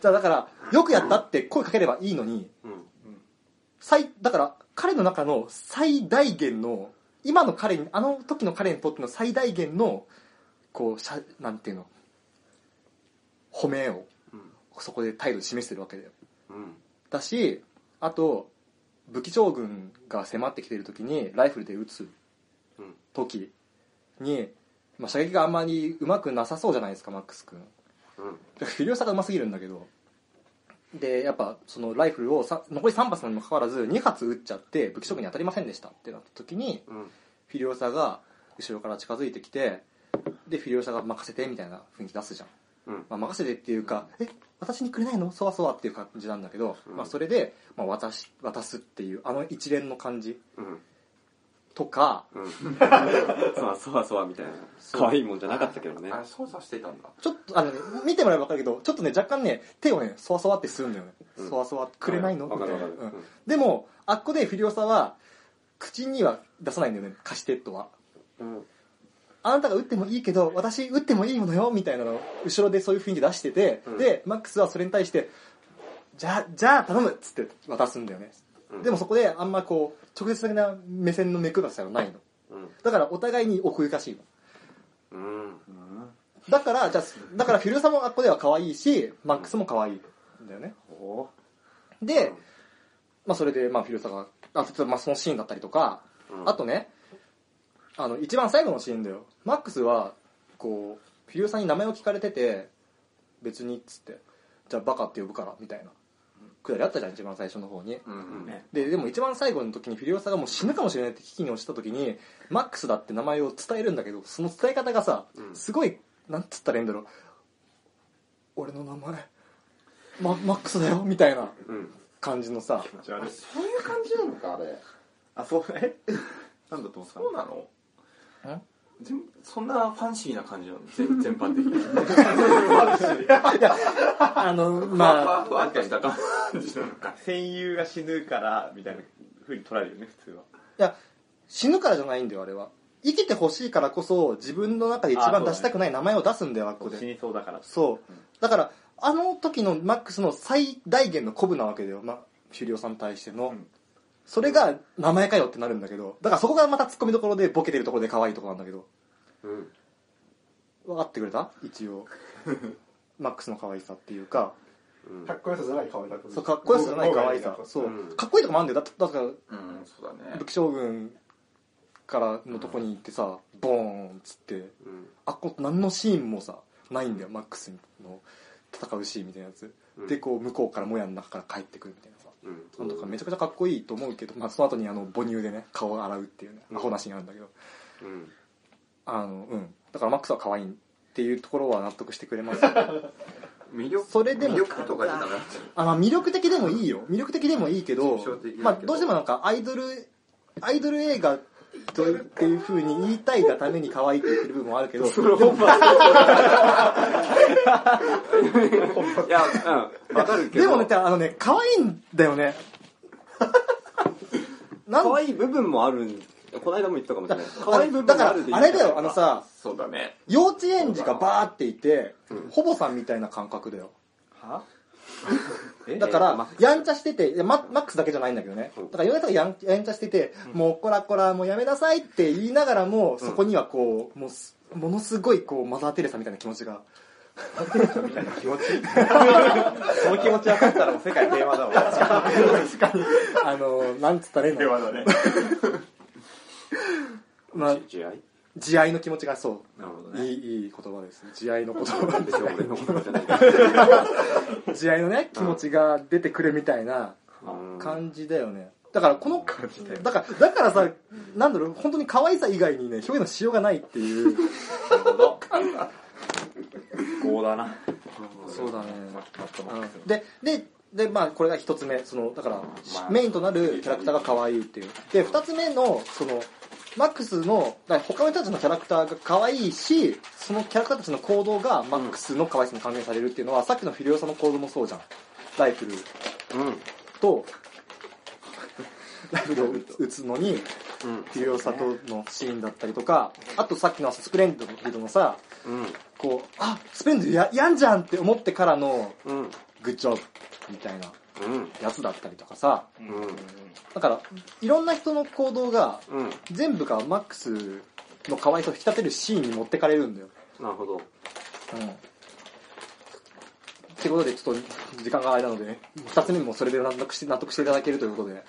Speaker 3: じゃあだから、よくやったって声かければいいのに、
Speaker 6: うん
Speaker 3: 最だから彼の中の最大限の今の彼にあの時の彼にとっての最大限のこうしゃなんていうの褒めを
Speaker 6: うん
Speaker 3: そこで態度で示してるわけだよ
Speaker 6: うん
Speaker 3: だしあと武器将軍が迫ってきている時にライフルで撃つ
Speaker 6: うん
Speaker 3: 時に、まあ、射撃があんまりうまくなさそうじゃないですかマックス君
Speaker 6: うん
Speaker 3: フィリオサがうますぎるんだけどでやっぱそのライフルをさ残り3発なのにもかかわらず2発撃っちゃって武器職に当たりませんでしたってなった時に
Speaker 6: うん
Speaker 3: フィリオサが後ろから近づいてきてでフィリオサが任せてみたいな雰囲気出すじゃん、
Speaker 6: うん
Speaker 3: まあ、任せてっていうか「え私にくれないのそわそわ」っていう感じなんだけど、
Speaker 6: うん
Speaker 3: まあ、それで、まあ、渡し渡すっていうあの一連の感じ
Speaker 6: うん
Speaker 3: とか
Speaker 6: うんそわそわそわみたいな可愛いもんじゃなかったけどね
Speaker 1: あれ操作してたんだ
Speaker 3: ちょっとあの、ね、見てもらえば分かるけどちょっとね若干ね手をねそわそわってするんだよね、
Speaker 6: うん
Speaker 3: そわそわくれないの
Speaker 6: わ
Speaker 3: み
Speaker 6: か
Speaker 3: たい
Speaker 6: るわ
Speaker 3: な
Speaker 6: かる
Speaker 3: うんでも、あっこでフィリオサは、口には出さないんだよね、貸してとは。
Speaker 6: うん
Speaker 3: あなたが打ってもいいけど、私打ってもいいのよ、みたいなのを後ろでそういう雰囲気出してて、
Speaker 6: うん
Speaker 3: で、マックスはそれに対して、じゃあ、じゃあ頼むっつって渡すんだよね。
Speaker 6: うん
Speaker 3: でもそこであんまこう、直接的な目線の目くばせはないの。
Speaker 6: うん
Speaker 3: だからお互いに奥ゆかしいの。
Speaker 6: うん
Speaker 3: だから、じゃあだからフィリオサもあっこでは可愛いし、マックスも可愛いんだよね。
Speaker 6: お
Speaker 3: で、まあ、それで、まあ、フィルターが、あ、ちょっとまあ、そのシーンだったりとか、
Speaker 6: うん
Speaker 3: あとね、あの、一番最後のシーンだよ。マックスは、こう、フィルターに名前を聞かれてて、別に、っつって、じゃあバカって呼ぶから、みたいな、くだりあったじゃん、一番最初の方に。
Speaker 1: うんね
Speaker 3: で、でも一番最後の時にフィリオサがもう死ぬかもしれないって危機に落ちた時に、マックスだって名前を伝えるんだけど、その伝え方がさ
Speaker 6: う、ん
Speaker 3: すごい、なんつったらいいんだろう。俺の名前、ママックスだよみたいな。
Speaker 6: うん
Speaker 3: 感じの さ
Speaker 5: 気持ち悪い
Speaker 1: そういう感じなのかあれ
Speaker 4: あそう えなんだと思った
Speaker 1: そうなの
Speaker 3: ん
Speaker 1: 全そんなファンシーな感じなの全全般的に
Speaker 3: あの
Speaker 1: ふわふ
Speaker 3: ま
Speaker 1: わ
Speaker 3: あ
Speaker 1: ふわっとした感じなのか
Speaker 4: 戦友が死ぬからみたいなふうに捉えるよね普通はい
Speaker 3: や死ぬからじゃないんだよあれは生きてほしいからこそ自分の中で一番出したくない名前を出すんだよあっこで
Speaker 4: 死にそうだから
Speaker 3: そう。だから、あの時のマックスの最大限のコブなわけだよ、まあ、シュリオさんに対しての。
Speaker 4: うん
Speaker 3: それが名前かよってなるんだけど、だからそこがまたツッコミどころでボケてるところで可愛いところなんだけど、
Speaker 6: うん
Speaker 3: 分かってくれた一応。マックスの可愛さっていうか、
Speaker 6: うん
Speaker 5: かっこよさじゃない可愛さ
Speaker 3: そうかっこよさじゃない可愛さ。そうう。
Speaker 6: ん
Speaker 3: かっこいいとこもあるんだよ。だだから、
Speaker 1: うんそうだね
Speaker 3: 武器将軍からのとこに行ってさ、ボーンっつって、
Speaker 6: うん
Speaker 3: あこ何のシーンもさないんだよマックスの戦うシーンみたいなやつ、
Speaker 6: うん
Speaker 3: でこう向こうからもやの中から帰ってくるみたいなさ
Speaker 6: うん
Speaker 3: なんとかめちゃくちゃかっこいいと思うけど、まあ、その後にあの母乳でね顔を洗うっていうねアホなシーンあるんだけど
Speaker 6: うん
Speaker 3: あのうんだからマックスは可愛いっていうところは納得してくれます
Speaker 1: 魅力
Speaker 3: それでも
Speaker 1: 魅力とかじゃなくて
Speaker 3: あ、まあ、魅力的でもいいよ魅力的でもいいけど
Speaker 1: 抽象的だけど
Speaker 3: まあ、どうしてもなんかアイドルアイドル映画とっていうふうに言いたいがために可愛いって言ってる部分もあるけどでも
Speaker 6: いやうんわかるけど
Speaker 3: でもね、あのね、可愛いんだよ ね。なん
Speaker 6: 可愛い部分もあるんこの間も言ったかもしれない可愛い部分
Speaker 3: だ
Speaker 6: も
Speaker 3: か
Speaker 6: あるでいい
Speaker 3: ら、あ
Speaker 6: んじゃな
Speaker 3: れ
Speaker 6: い
Speaker 3: だよ、あのさ、
Speaker 1: そうだね
Speaker 3: 幼稚園児がバーっていて、ほぼさんみたいな感覚だよ。
Speaker 4: はえ
Speaker 3: だか
Speaker 6: えーマ
Speaker 3: ら
Speaker 6: ック、
Speaker 3: やんちゃしてて、いやママックスだけじゃないんだけどね。だから、世の中やんやんちゃしてて、もうこらこら、もうやめなさいって言いながらも、そこにはこう、もうす、ものすごいこう、マザー・テレサみたいな気持ちが。
Speaker 4: みたいな気持ちその気持ち分かったらもう世界平和だわ
Speaker 3: 確かに。あの、なんつったらいいんだろう。
Speaker 4: だね
Speaker 3: まあ、
Speaker 6: 試合
Speaker 3: 慈愛の気持ちがそう。
Speaker 6: なるほど
Speaker 3: いい、いい言葉です。慈愛の言 葉。
Speaker 6: なんでしょう俺のことじゃないか
Speaker 3: 慈愛のね気持ちが出てくるみたいな感じだよねだからこのだからだからさなんだろう本当に可愛さ以外にね表現のしようがないっていう
Speaker 4: 豪だな
Speaker 3: そうだね
Speaker 4: マットマックス
Speaker 3: でででまあこれが一つ目そのだから、
Speaker 6: まあ
Speaker 3: メインとなるキャラクターが可愛いっていうで二つ目のそのマックスのだから他の人たちのキャラクターが可愛いしそのキャラクターたちの行動がマックスの可愛さに還元されるっていうのは、さっきのフィリオさんの行動もそうじゃんライフル
Speaker 6: う
Speaker 3: と、ライブを打つのに、
Speaker 6: んうん
Speaker 3: フィリオサとのシーンだったりとか、あとさっきのスプレンドのさ、
Speaker 6: うん
Speaker 3: こう、あ、スプレンドややんじゃんって思ってからの、
Speaker 6: うん
Speaker 3: グッジョブみたいな
Speaker 6: うん
Speaker 3: やつだったりとかさ、
Speaker 6: うん
Speaker 3: だから、いろんな人の行動が、
Speaker 6: うん
Speaker 3: 全部がマックスの可愛さを引き立てるシーンに持ってかれるんだよ。
Speaker 6: なるほど
Speaker 3: うん。ってことで、ちょっと時間があれなので、ね、二つ目もそれで納得して、納得していただけるということで、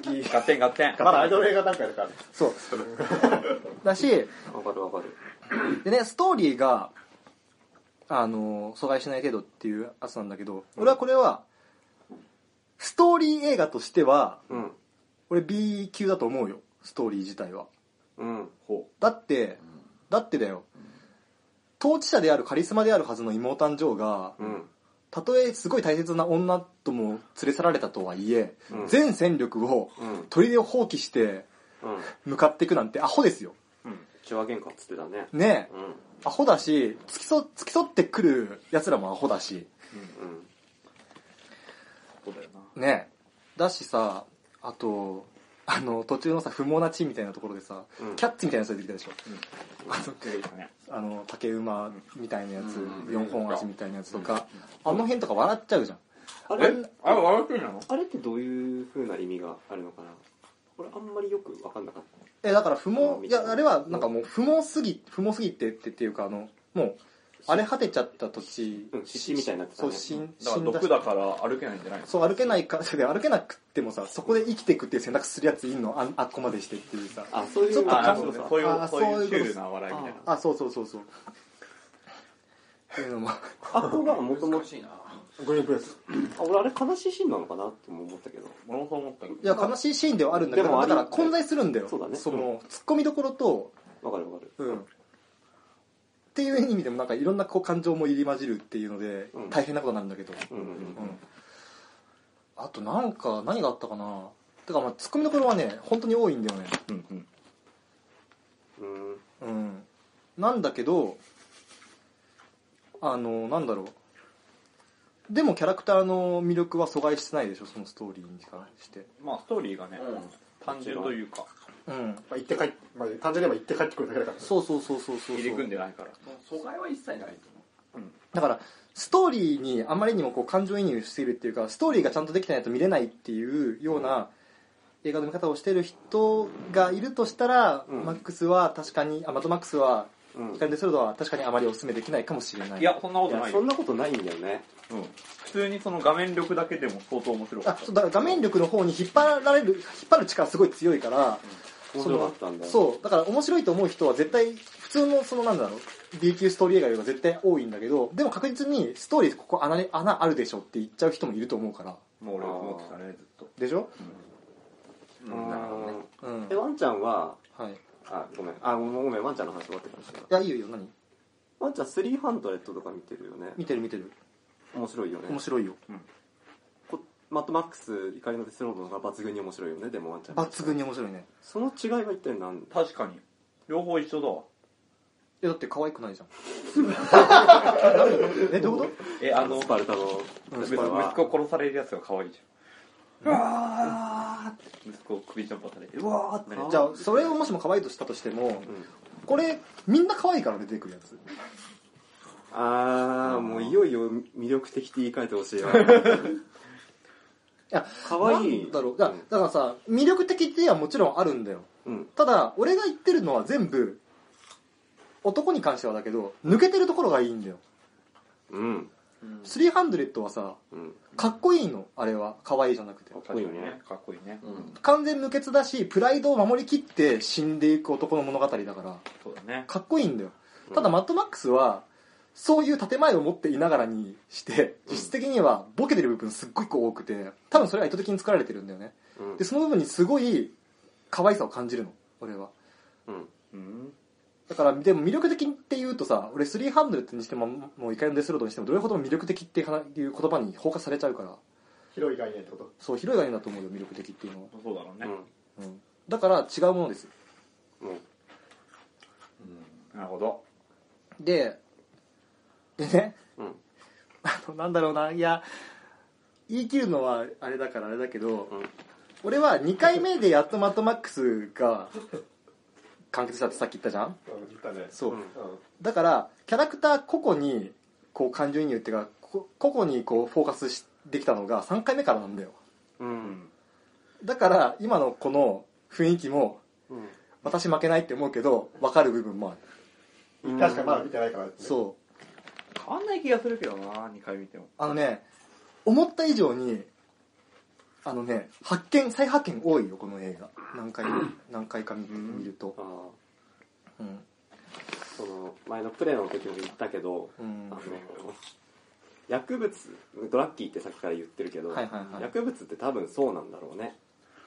Speaker 3: 次、
Speaker 4: ガッテンガッテン
Speaker 5: まだアイドル映画段階だから
Speaker 3: そう。だし、
Speaker 6: わかるわかる
Speaker 3: でね、ストーリーが、あの、阻害しない程度っていうやつなんだけど、俺はこれは、ストーリー映画としては、
Speaker 6: うん
Speaker 3: 俺 B 級だと思うよ、ストーリー自体は。
Speaker 6: うん
Speaker 4: ほ
Speaker 3: だって、だってだよ、当事者であるカリスマであるはずの妹誕生が、
Speaker 6: うん
Speaker 3: たとえすごい大切な女とも連れ去られたとはいえ、
Speaker 6: うん
Speaker 3: 全戦力を
Speaker 6: うん
Speaker 3: 砦を放棄して
Speaker 6: うん
Speaker 3: 向かっていくなんてアホですよ。
Speaker 6: 血は喧嘩っつってたね
Speaker 3: ねえ。
Speaker 6: うん
Speaker 3: アホだし付きそ付き添ってくる奴らもアホだし
Speaker 6: うん
Speaker 4: そうだよな
Speaker 3: ねだしさあとあの途中のさ不毛な地みたいなところでさ、
Speaker 6: うん
Speaker 3: キャッツみたいなやつ出てきたでしょ
Speaker 4: ね
Speaker 3: あの竹馬みたいなやつ、4本足みたいなやつとか、あの辺とか笑っちゃうじゃん
Speaker 6: あ
Speaker 4: え
Speaker 6: れ
Speaker 4: あれ笑ってんの
Speaker 6: あれってどういう風な意味があるのかな俺あんまりよくわかんなかった
Speaker 3: えだから不
Speaker 6: う
Speaker 3: 毛
Speaker 6: ん
Speaker 3: いやあれはなんかもう不毛すぎ不毛すぎてってっていうかあのもう荒れ果てちゃった土地
Speaker 6: うん湿地みたいになってた
Speaker 3: そ
Speaker 6: ね
Speaker 3: う死ん
Speaker 4: だか
Speaker 3: 死
Speaker 4: ら
Speaker 3: んだ
Speaker 4: 毒だから歩けないんじゃないの
Speaker 3: そう歩けないかで歩けなくってもさそこで生きていくっていう選択するやついんのああっこまでしてっていうさ
Speaker 6: あそういう
Speaker 3: ちょっと
Speaker 6: あ
Speaker 4: あ
Speaker 6: なる
Speaker 4: そ
Speaker 6: ほ
Speaker 4: う
Speaker 6: ど
Speaker 4: そうい
Speaker 3: あ
Speaker 4: うそう
Speaker 3: そう
Speaker 4: い
Speaker 3: いううこと
Speaker 4: シュールな笑いみたいな
Speaker 3: あそうそうそうそうっていうのも
Speaker 6: あっこがもともと
Speaker 1: しいな
Speaker 5: グリーンプレス
Speaker 6: あ俺あれ悲しいシーンなのかなっても思ったけど
Speaker 4: 俺もそう思ったけど
Speaker 3: いや悲しいシーンではあるんだけ
Speaker 6: で
Speaker 3: ど
Speaker 6: もあ
Speaker 3: だ
Speaker 6: り
Speaker 3: から混在するんだよ
Speaker 6: そうだね
Speaker 3: のツッコミどころと
Speaker 6: わかるわかる
Speaker 3: うんっていう意味でもなんかいろんなこう感情も入り混じるっていうので
Speaker 6: うん
Speaker 3: 大変なことになるんだけど
Speaker 6: うんうんうん
Speaker 3: うんあとなんか何があったかなてかまあツッコミどころはね本当に多いんだよね
Speaker 5: うんうん
Speaker 6: うん
Speaker 3: うんなんだけどあのなんだろうでもキャラクターの魅力は阻害してないでしょそのストーリーに関して
Speaker 4: まあストーリーがね、
Speaker 1: うん
Speaker 4: 単純というか
Speaker 3: うん
Speaker 5: まあ、行って帰っ、まあ、単純に言えば行って帰ってくるだけだから
Speaker 3: そうそうそうそうそう
Speaker 4: 入り組んでないから
Speaker 1: 阻害は一切ないと思
Speaker 3: だからストーリーにあまりにもこう感情移入しすぎるっていうかストーリーがちゃんとできてないと見れないっていうような映画の見方をしてる人がいるとしたら、
Speaker 6: うん
Speaker 3: マックスは確かにあマッドマックスは
Speaker 6: うん
Speaker 3: 光のソルドは確かにあまりお勧めできないかもしれない
Speaker 4: いやそんなこと
Speaker 6: い
Speaker 4: な
Speaker 6: や
Speaker 4: い
Speaker 6: そ
Speaker 4: よ
Speaker 6: んなことないんだよね
Speaker 4: うん普通にその画面力だけでも相当面白か
Speaker 3: あ
Speaker 4: った
Speaker 3: そうだから画面力の方に引っ張られる引っ張る力すごい強いから、
Speaker 6: 面
Speaker 3: そ
Speaker 6: 白か
Speaker 3: の
Speaker 6: ったんだよ
Speaker 3: そうだから面白いと思う人は絶対普通のそのなんだろう B 級ストーリー映画よりは絶対多いんだけどでも確実にストーリーここ穴に穴あるでしょって言っちゃう人もいると思うから
Speaker 4: もう俺は思ってたねずっと
Speaker 3: でしょ
Speaker 1: ううんなるほどね
Speaker 3: うん
Speaker 6: えワンちゃんは
Speaker 3: はいい
Speaker 6: あごめんあごめんごめんワンちゃんの話終わってからして
Speaker 3: やいいよいいよ何
Speaker 6: ワンちゃん300とか見てるよね
Speaker 3: 見てる見てる
Speaker 6: 面白いよね
Speaker 3: 面白いよ
Speaker 6: こマットマックス怒りのデスロードの方が抜群に面白いよねでもワンちゃん
Speaker 3: 抜群に面白いね
Speaker 6: その違いは一体何
Speaker 4: 確かに両方一緒だわ
Speaker 3: えだって可愛く ないじゃんえどういうこ
Speaker 4: えあの
Speaker 6: スパルタの
Speaker 3: うん
Speaker 4: 息
Speaker 6: スパルタは
Speaker 4: 子殺されるやつが可愛いじゃんうわー息子を首ジャンパーされてうわーってな
Speaker 3: と
Speaker 4: る
Speaker 3: じゃあそれをもしも可愛いとしたとしても
Speaker 6: うん
Speaker 3: これみんな可愛いから出てくるやつ
Speaker 6: あーもういよいよ魅力的って言い換えてほしいわ
Speaker 3: いや
Speaker 6: 可愛い
Speaker 3: なんだろうだだからさ魅力的っていうのはもちろんあるんだよ
Speaker 6: うん
Speaker 3: ただ俺が言ってるのは全部男に関してはだけど抜けてるところがいいんだよ
Speaker 6: うん
Speaker 3: 300はさ
Speaker 6: うん
Speaker 3: かっこいいのあれは可愛いじゃなくて
Speaker 4: かっこいいねかっこいいね
Speaker 1: うん
Speaker 3: 完全無欠だしプライドを守りきって死んでいく男の物語だから
Speaker 4: そうだね
Speaker 3: かっこいいんだよただマットマックスはそういう建前を持っていながらにして実質的にはボケてる部分すっごいこう多くて多分それが意図的に作られてるんだよね
Speaker 6: うん
Speaker 3: でその部分にすごい可愛さを感じるの俺は
Speaker 6: うん
Speaker 4: うん
Speaker 3: だからでも魅力的って言うとさ俺300にしてももう怒りのデスロードにしてもどれほども魅力的っていう話いう言葉に包括されちゃうから
Speaker 5: 広い概念ってこと
Speaker 3: そう広い概念だと思うよ魅力的っていうのは、
Speaker 4: そうだろう
Speaker 6: う
Speaker 4: ね
Speaker 6: ん
Speaker 3: うん、だから違うものです
Speaker 6: うん
Speaker 4: なるほど
Speaker 3: ででね
Speaker 6: うん
Speaker 3: あのなんだろうないや言い切るのはあれだからあれだけど、
Speaker 6: うん
Speaker 3: 俺は2回目でやっとマットマックスが完結したってさっき言ったじゃん
Speaker 5: うん言ったね
Speaker 3: そう、
Speaker 6: うん
Speaker 5: うん
Speaker 3: だからキャラクター個々にこう感情移入っていうかこ個々にこうフォーカスしできたのが3回目からなんだよ
Speaker 6: うん
Speaker 3: だから今のこの雰囲気も
Speaker 6: うん
Speaker 3: 私負けないって思うけど分かる部分もある
Speaker 6: うん
Speaker 5: 確かにまだ見てないから、ね、
Speaker 3: そう
Speaker 4: 変わんない気がするけどな2回見ても
Speaker 3: あのね、思った以上に、あのね、発見、再発見多いよ、この映画。何回、何回か見て見ると
Speaker 6: あ。ー
Speaker 3: うん。
Speaker 6: その前のプレーの時も言ったけど
Speaker 3: う
Speaker 6: あ
Speaker 3: ん。
Speaker 6: の薬物ドラッキーってさっきから言ってるけど、
Speaker 3: はいはいはい
Speaker 6: 薬物って多分そうなんだろうね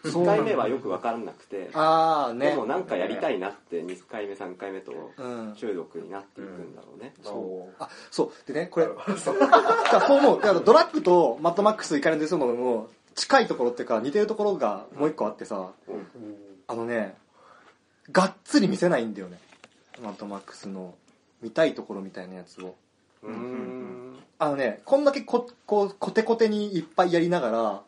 Speaker 3: そうなん
Speaker 6: 1
Speaker 3: だ
Speaker 6: 回目はよく分からなくて、
Speaker 3: あーね。
Speaker 6: でもなんかやりたいなって2回目3回目と
Speaker 3: うん。
Speaker 6: 中毒になっていくんだろうね、
Speaker 4: そう
Speaker 3: あ、そう。でね、これ、だそう思う。だからドラッグとマットマックス怒りの出そうのも、近いところっていうか、似てるところがもう一個あってさ、あのね、がっつり見せないんだよね。マットマックスの見たいところみたいなやつを。
Speaker 6: うーん
Speaker 3: あのね、こんだけこ、こう、コテコテにいっぱいやりながら、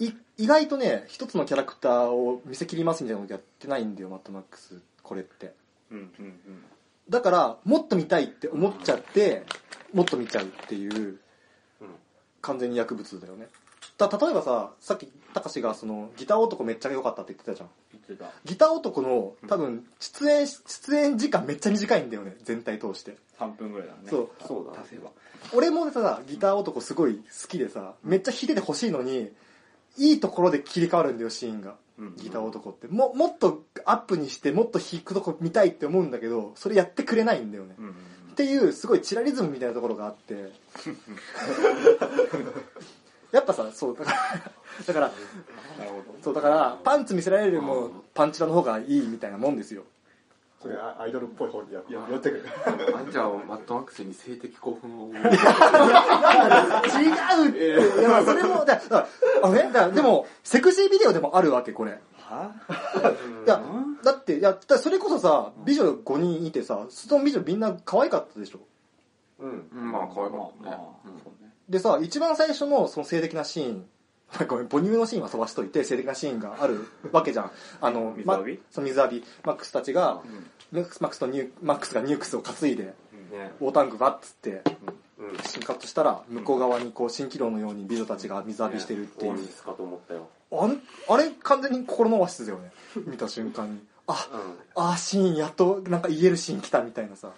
Speaker 3: い意外とね、一つのキャラクターを見せ切りますみたいなことやってないんだよ、マットマックス、これって。
Speaker 4: うんうんうん
Speaker 3: だから、もっと見たいって思っちゃって、もっと見ちゃうっていう、
Speaker 6: うん
Speaker 3: 完全に薬物だよね。だ例えばさ、さっき、たかしがその、ギター男めっちゃ良かったって言ってたじゃん。
Speaker 4: 言ってた
Speaker 3: ギター男の、多分、出演、出演時間めっちゃ短いんだよね、全体通して。
Speaker 4: 3分ぐらいだね
Speaker 3: そう
Speaker 6: そうだ
Speaker 4: 出せば
Speaker 3: 俺もさギター男すごい好きでさめっちゃ弾いててほしいのにいいところで切り替わるんだよシーンが
Speaker 4: うん
Speaker 3: ギター男ってももっとアップにしてもっと弾くとこ見たいって思うんだけどそれやってくれないんだよね、
Speaker 4: うんうん
Speaker 3: っていうすごいチラリズムみたいなところがあってやっぱさそうだから だから
Speaker 4: なるほど
Speaker 3: そうだからパンツ見せられるよりもパンチラの方がいいみたいなもんですよ
Speaker 5: それアイドルっぽい方にや寄ってくる。
Speaker 1: あんちゃんはマッドマックスに性的興奮を。
Speaker 3: 違うって、いやそれも、だだあのね、だでも、セクシービデオでもあるわけ、これ。
Speaker 4: はい
Speaker 3: や、だって、いや、だそれこそさ、美女5人いてさ、その美女みんな可愛かったでしょ。
Speaker 6: うん
Speaker 1: うんまあ、可愛かった
Speaker 4: まあ
Speaker 1: ね
Speaker 4: まあ。
Speaker 1: うん
Speaker 4: そうね
Speaker 3: でさ、一番最初のその性的なシーン、 ごめん、母乳のシーンは飛ばしといて、性的なシーンがあるわけじゃん。あの、
Speaker 4: 水
Speaker 3: ま
Speaker 4: 浴び
Speaker 3: そう、水浴び。マックスたちが、マックスマックスとニューマックスがニュークスを担いで、
Speaker 6: ね
Speaker 3: ウォータンクがっつって、
Speaker 6: うん
Speaker 3: シンカットしたら、向こう側にこう、蜃気楼のように美女たちが水浴びしてるってい
Speaker 6: オ
Speaker 3: う
Speaker 6: ア。シスかと思ったよ
Speaker 3: あんあれ、完全に心のオアシスだよね。見た瞬間に。あ
Speaker 6: う、ん
Speaker 3: あーシーン、やっと、なんか言えるシーン来たみたいなさ。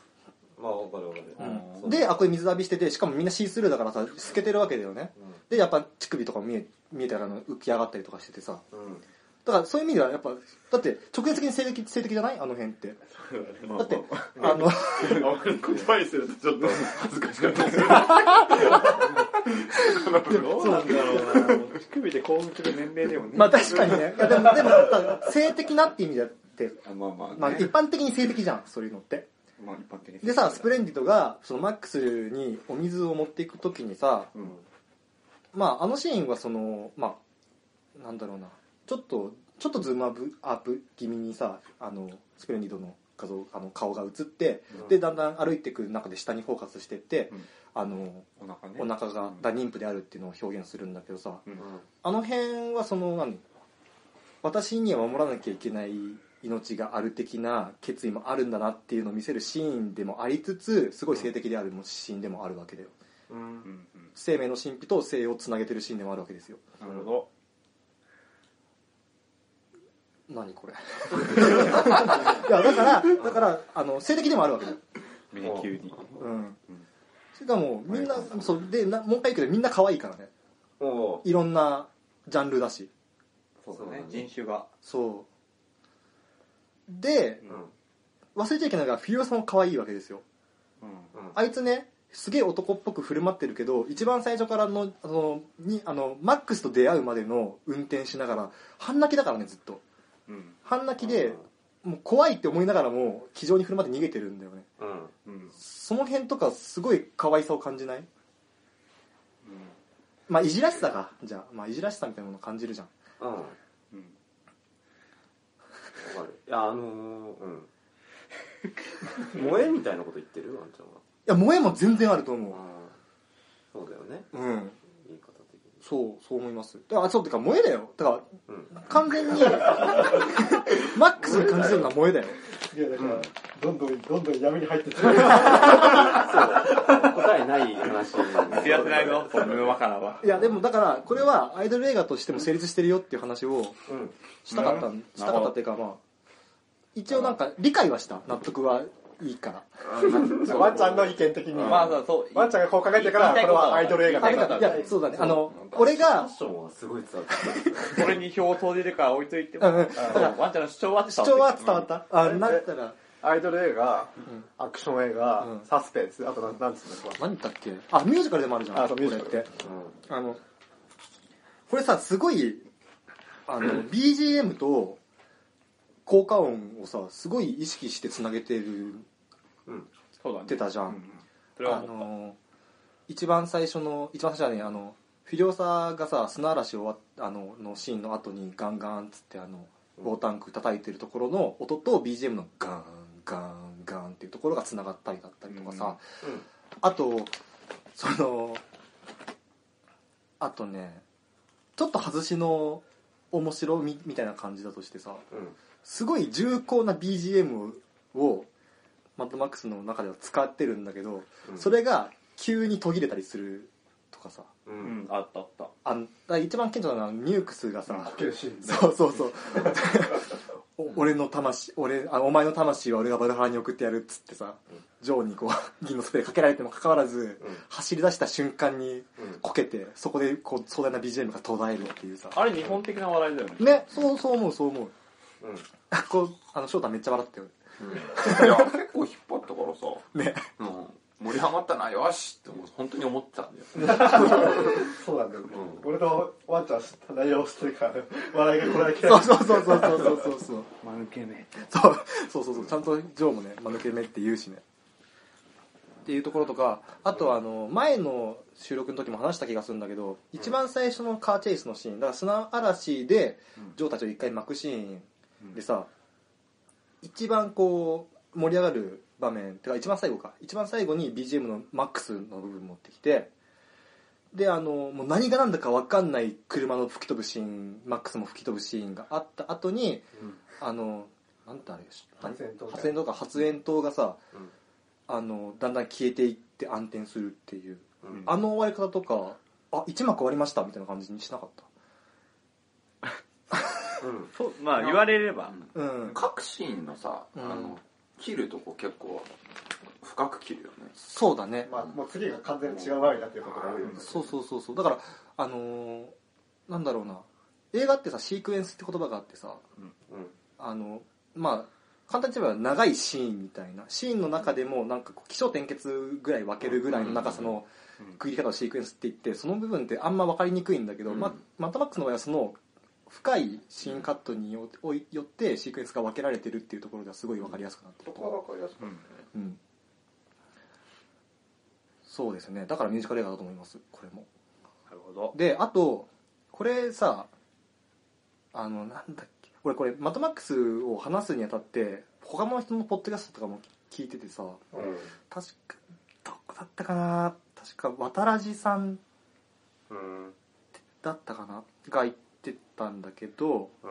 Speaker 6: まあわかるわかる
Speaker 3: うん
Speaker 6: そう
Speaker 3: で、あ、これ水浴びしてて、しかもみんなシースルーだからさ、透けてるわけだよね。で、やっぱ乳首とか見え、見えたらあの浮き上がったりとかしててさ。
Speaker 6: うん
Speaker 3: だからそういう意味ではやっぱ、だって直接的に性的、性的じゃないあの辺って。だって、あの、
Speaker 1: 言葉にするとちょっと恥ずかしかったです
Speaker 4: どうなんだろうな乳首で興奮する年齢でもね
Speaker 3: まあ確かにね。いやでも、でもだから性的なって意味だって、
Speaker 4: あまあまあね
Speaker 3: まあ一般的に性的じゃん、そういうのって。
Speaker 4: まあ一般的に
Speaker 3: でさ、スプレンディドが、そのマックスにお水を持っていくときにさ、
Speaker 4: うん
Speaker 3: まあ、あのシーンはその、まあ、なんだろうな、ちょっと、ちょっとズームアップアップ気味にさ、あの、スプレンディドの画像、あの、顔が映って、で、だんだん歩いてく中で下にフォーカスしてって、
Speaker 4: うん
Speaker 3: あの、
Speaker 4: お腹ね
Speaker 3: お腹が、だ妊婦であるっていうのを表現するんだけどさ、
Speaker 4: うん
Speaker 3: あの辺はその、何私には守らなきゃいけない命がある的な決意もあるんだなっていうのを見せるシーンでもありつつ、すごい性的であるシーンでもあるわけだよ。
Speaker 6: うん
Speaker 4: うんうん
Speaker 3: 生命の神秘と生をつなげてるシーンでもあるわけですよ。
Speaker 4: なるほど
Speaker 3: 何 これいやだからだからあの性的でもあるわけだよ、
Speaker 4: 迷宮に
Speaker 3: うん、しかもみんなそうでなもう一回言うけどみんな可愛いからね
Speaker 6: おう
Speaker 3: いろんなジャンルだし
Speaker 4: そうだ
Speaker 6: そ
Speaker 4: ね
Speaker 6: うだね
Speaker 4: 人種が
Speaker 3: そうで
Speaker 6: うん
Speaker 3: 忘れちゃいけないのがフィリオさんも可愛いわけですよ
Speaker 4: うん
Speaker 6: うん
Speaker 3: あいつねすげえ男っぽく振る舞ってるけど一番最初からのあのにあのマックスと出会うまでの運転しながら半泣きだからねずっと
Speaker 4: うん
Speaker 3: 半泣きでもう怖いって思いながらも気丈に振る舞って逃げてるんだよね
Speaker 6: うん
Speaker 4: うん
Speaker 3: その辺とかすごい可愛さを感じないまあいじらしさかじゃあ、まあ、いじらしさみたいなものを感じるじゃん
Speaker 6: うんわ
Speaker 4: うん
Speaker 6: かるいやあのーうん 萌えみたいなこと言ってるワンちゃんはい
Speaker 3: や萌えも全然あると思
Speaker 6: あーそうだよね
Speaker 3: ううん
Speaker 6: 言い方的に
Speaker 3: そうそう思いますだからそうてか萌えだよだか
Speaker 6: うん
Speaker 3: ら完全にマックスに感じてるのは萌えだよ
Speaker 5: いや、だから、どんどん、どんどん闇に入ってってる。
Speaker 6: 答えない話
Speaker 4: 見つやってないぞこの沼からはい
Speaker 3: やでもだからこれはアイドル映画としても成立してるよっていう話を
Speaker 6: うん
Speaker 3: したかった、
Speaker 4: うん
Speaker 3: したかったっていうかまあ一応なんか理解はした納得はいいから
Speaker 5: ワンちゃんの意見的に。
Speaker 4: まあそうそう
Speaker 5: ワンちゃんがこう考えてから、これはアイドル映画
Speaker 3: あ
Speaker 5: だ
Speaker 3: れ
Speaker 5: な
Speaker 3: がいやそうだねあの俺
Speaker 6: ファ
Speaker 3: が
Speaker 6: ッションはすごい伝わっ
Speaker 4: それに票を投じるから置いといても
Speaker 3: うんうん
Speaker 4: あそうワンちゃんの主張は
Speaker 3: 主張は伝わった、あなったら
Speaker 5: アイドル映画、アクション映画、
Speaker 3: うん
Speaker 5: サスペンス、あとなん、なんつうんだろう。
Speaker 3: 何だっけあミュージカルでもあるじゃん
Speaker 5: あそうミュージカル
Speaker 3: これって
Speaker 6: てる、うん
Speaker 3: あのこれさすごいあの BGM と効果音をさすごい意識してつなげてる
Speaker 4: そうだね
Speaker 3: ってたじゃん、
Speaker 4: それは
Speaker 3: あ
Speaker 4: もう
Speaker 3: の一番最初の一番最初はねあのフィリオサがさ砂嵐終わっあののシーンの後にガンガンっつってあのウォータンク叩いてるところの音と BGM のガンガンガンっていうところがつながったりだったりとかさ、
Speaker 6: うんうん
Speaker 3: あとそのあとねちょっと外しの面白みみたいな感じだとしてさ
Speaker 6: うん
Speaker 3: すごい重厚な BGM をマッドマックスの中では使ってるんだけど、
Speaker 6: うん
Speaker 3: それが急に途切れたりするとかさ
Speaker 6: う
Speaker 4: うんんあったあった
Speaker 3: あのだから一番顕著なのはニュークスがさ
Speaker 5: か、けるシーン。
Speaker 3: そうそう そうお俺の魂俺あお前の魂は俺がバルハラに送ってやるっつってさ、ジョーにこう銀のスプレーかけられてもかかわらず、
Speaker 6: うん
Speaker 3: 走り出した瞬間に
Speaker 6: うん
Speaker 3: こけてそこでこう壮大な BGM が途絶えるっていうさ
Speaker 4: あれ日本的な笑いだよね
Speaker 3: ねそうそう思うそう思う
Speaker 6: うん
Speaker 3: こうあの翔太めっちゃ笑ってたよ
Speaker 1: いや、結構引っ張ったからさ。
Speaker 3: ね
Speaker 1: うん。盛り上がったなよしって思う本当に思ってたんだよ
Speaker 5: そうなんだよね
Speaker 1: う
Speaker 5: 俺とワンちゃん知った内容をしてるから 笑いがこらえきれな
Speaker 3: そ
Speaker 5: いう
Speaker 3: そうそうそうそうそうそう
Speaker 4: 間抜けめ
Speaker 3: そうそうそうそうちゃんとジョーもね間抜け目って言うしねっていうところとかあとはあの前の収録の時も話した気がするんだけど一番最初のカーチェイスのシーンだから砂嵐でジョーたちを一回巻くシーンでさ一番こう盛り上がる場面てか一番最後か一番最後に BGM のマックスの部分持ってきてであのもう何が何だか分かんない車の吹き飛ぶシーンマックスも吹き飛ぶシーンがあった後に、あのなんてあれ
Speaker 5: 発煙筒
Speaker 3: 発煙筒か発煙筒がさ、
Speaker 6: うん
Speaker 3: あのだんだん消えていって暗転するっていう、
Speaker 6: うん
Speaker 3: あの終わり方とかあ一幕終わりましたみたいな感じにしなかった
Speaker 6: うん
Speaker 4: そうまあ言われれば
Speaker 3: うん
Speaker 1: 各シーンのさ、
Speaker 3: うん
Speaker 1: あの切るとこ結構深く切るよね
Speaker 3: そうだね、
Speaker 5: まあもう次が完全に違う場合だっていうことがあるよね
Speaker 3: そうそうそうそうだからあのーなんだろうな映画ってさシークエンスって言葉があってさ
Speaker 6: うん
Speaker 3: あのまあ簡単に言えば長いシーンみたいなシーンの中でもなんかこう起承転結ぐらい分けるぐらいの長さの区切り方をシークエンスって言ってその部分ってあんま分かりにくいんだけど、
Speaker 1: うん
Speaker 3: まマットマックスの場合はその深いシーンカットによよってシークエンスが分けられてるっていうところではすごい分かりやすくなってる
Speaker 1: そこは分かりやすかったね、
Speaker 3: うん、そうですねだからミュージカル映画だと思いますこれも
Speaker 4: なるほど
Speaker 3: であとこれさあのなんだっけ俺これマトマックスを話すにあたって他の人のポッドキャストとかも聞いててさ確かどこだったかな確か渡らじさん
Speaker 6: うんうん
Speaker 3: だったかなが言ってたんだけど
Speaker 6: うん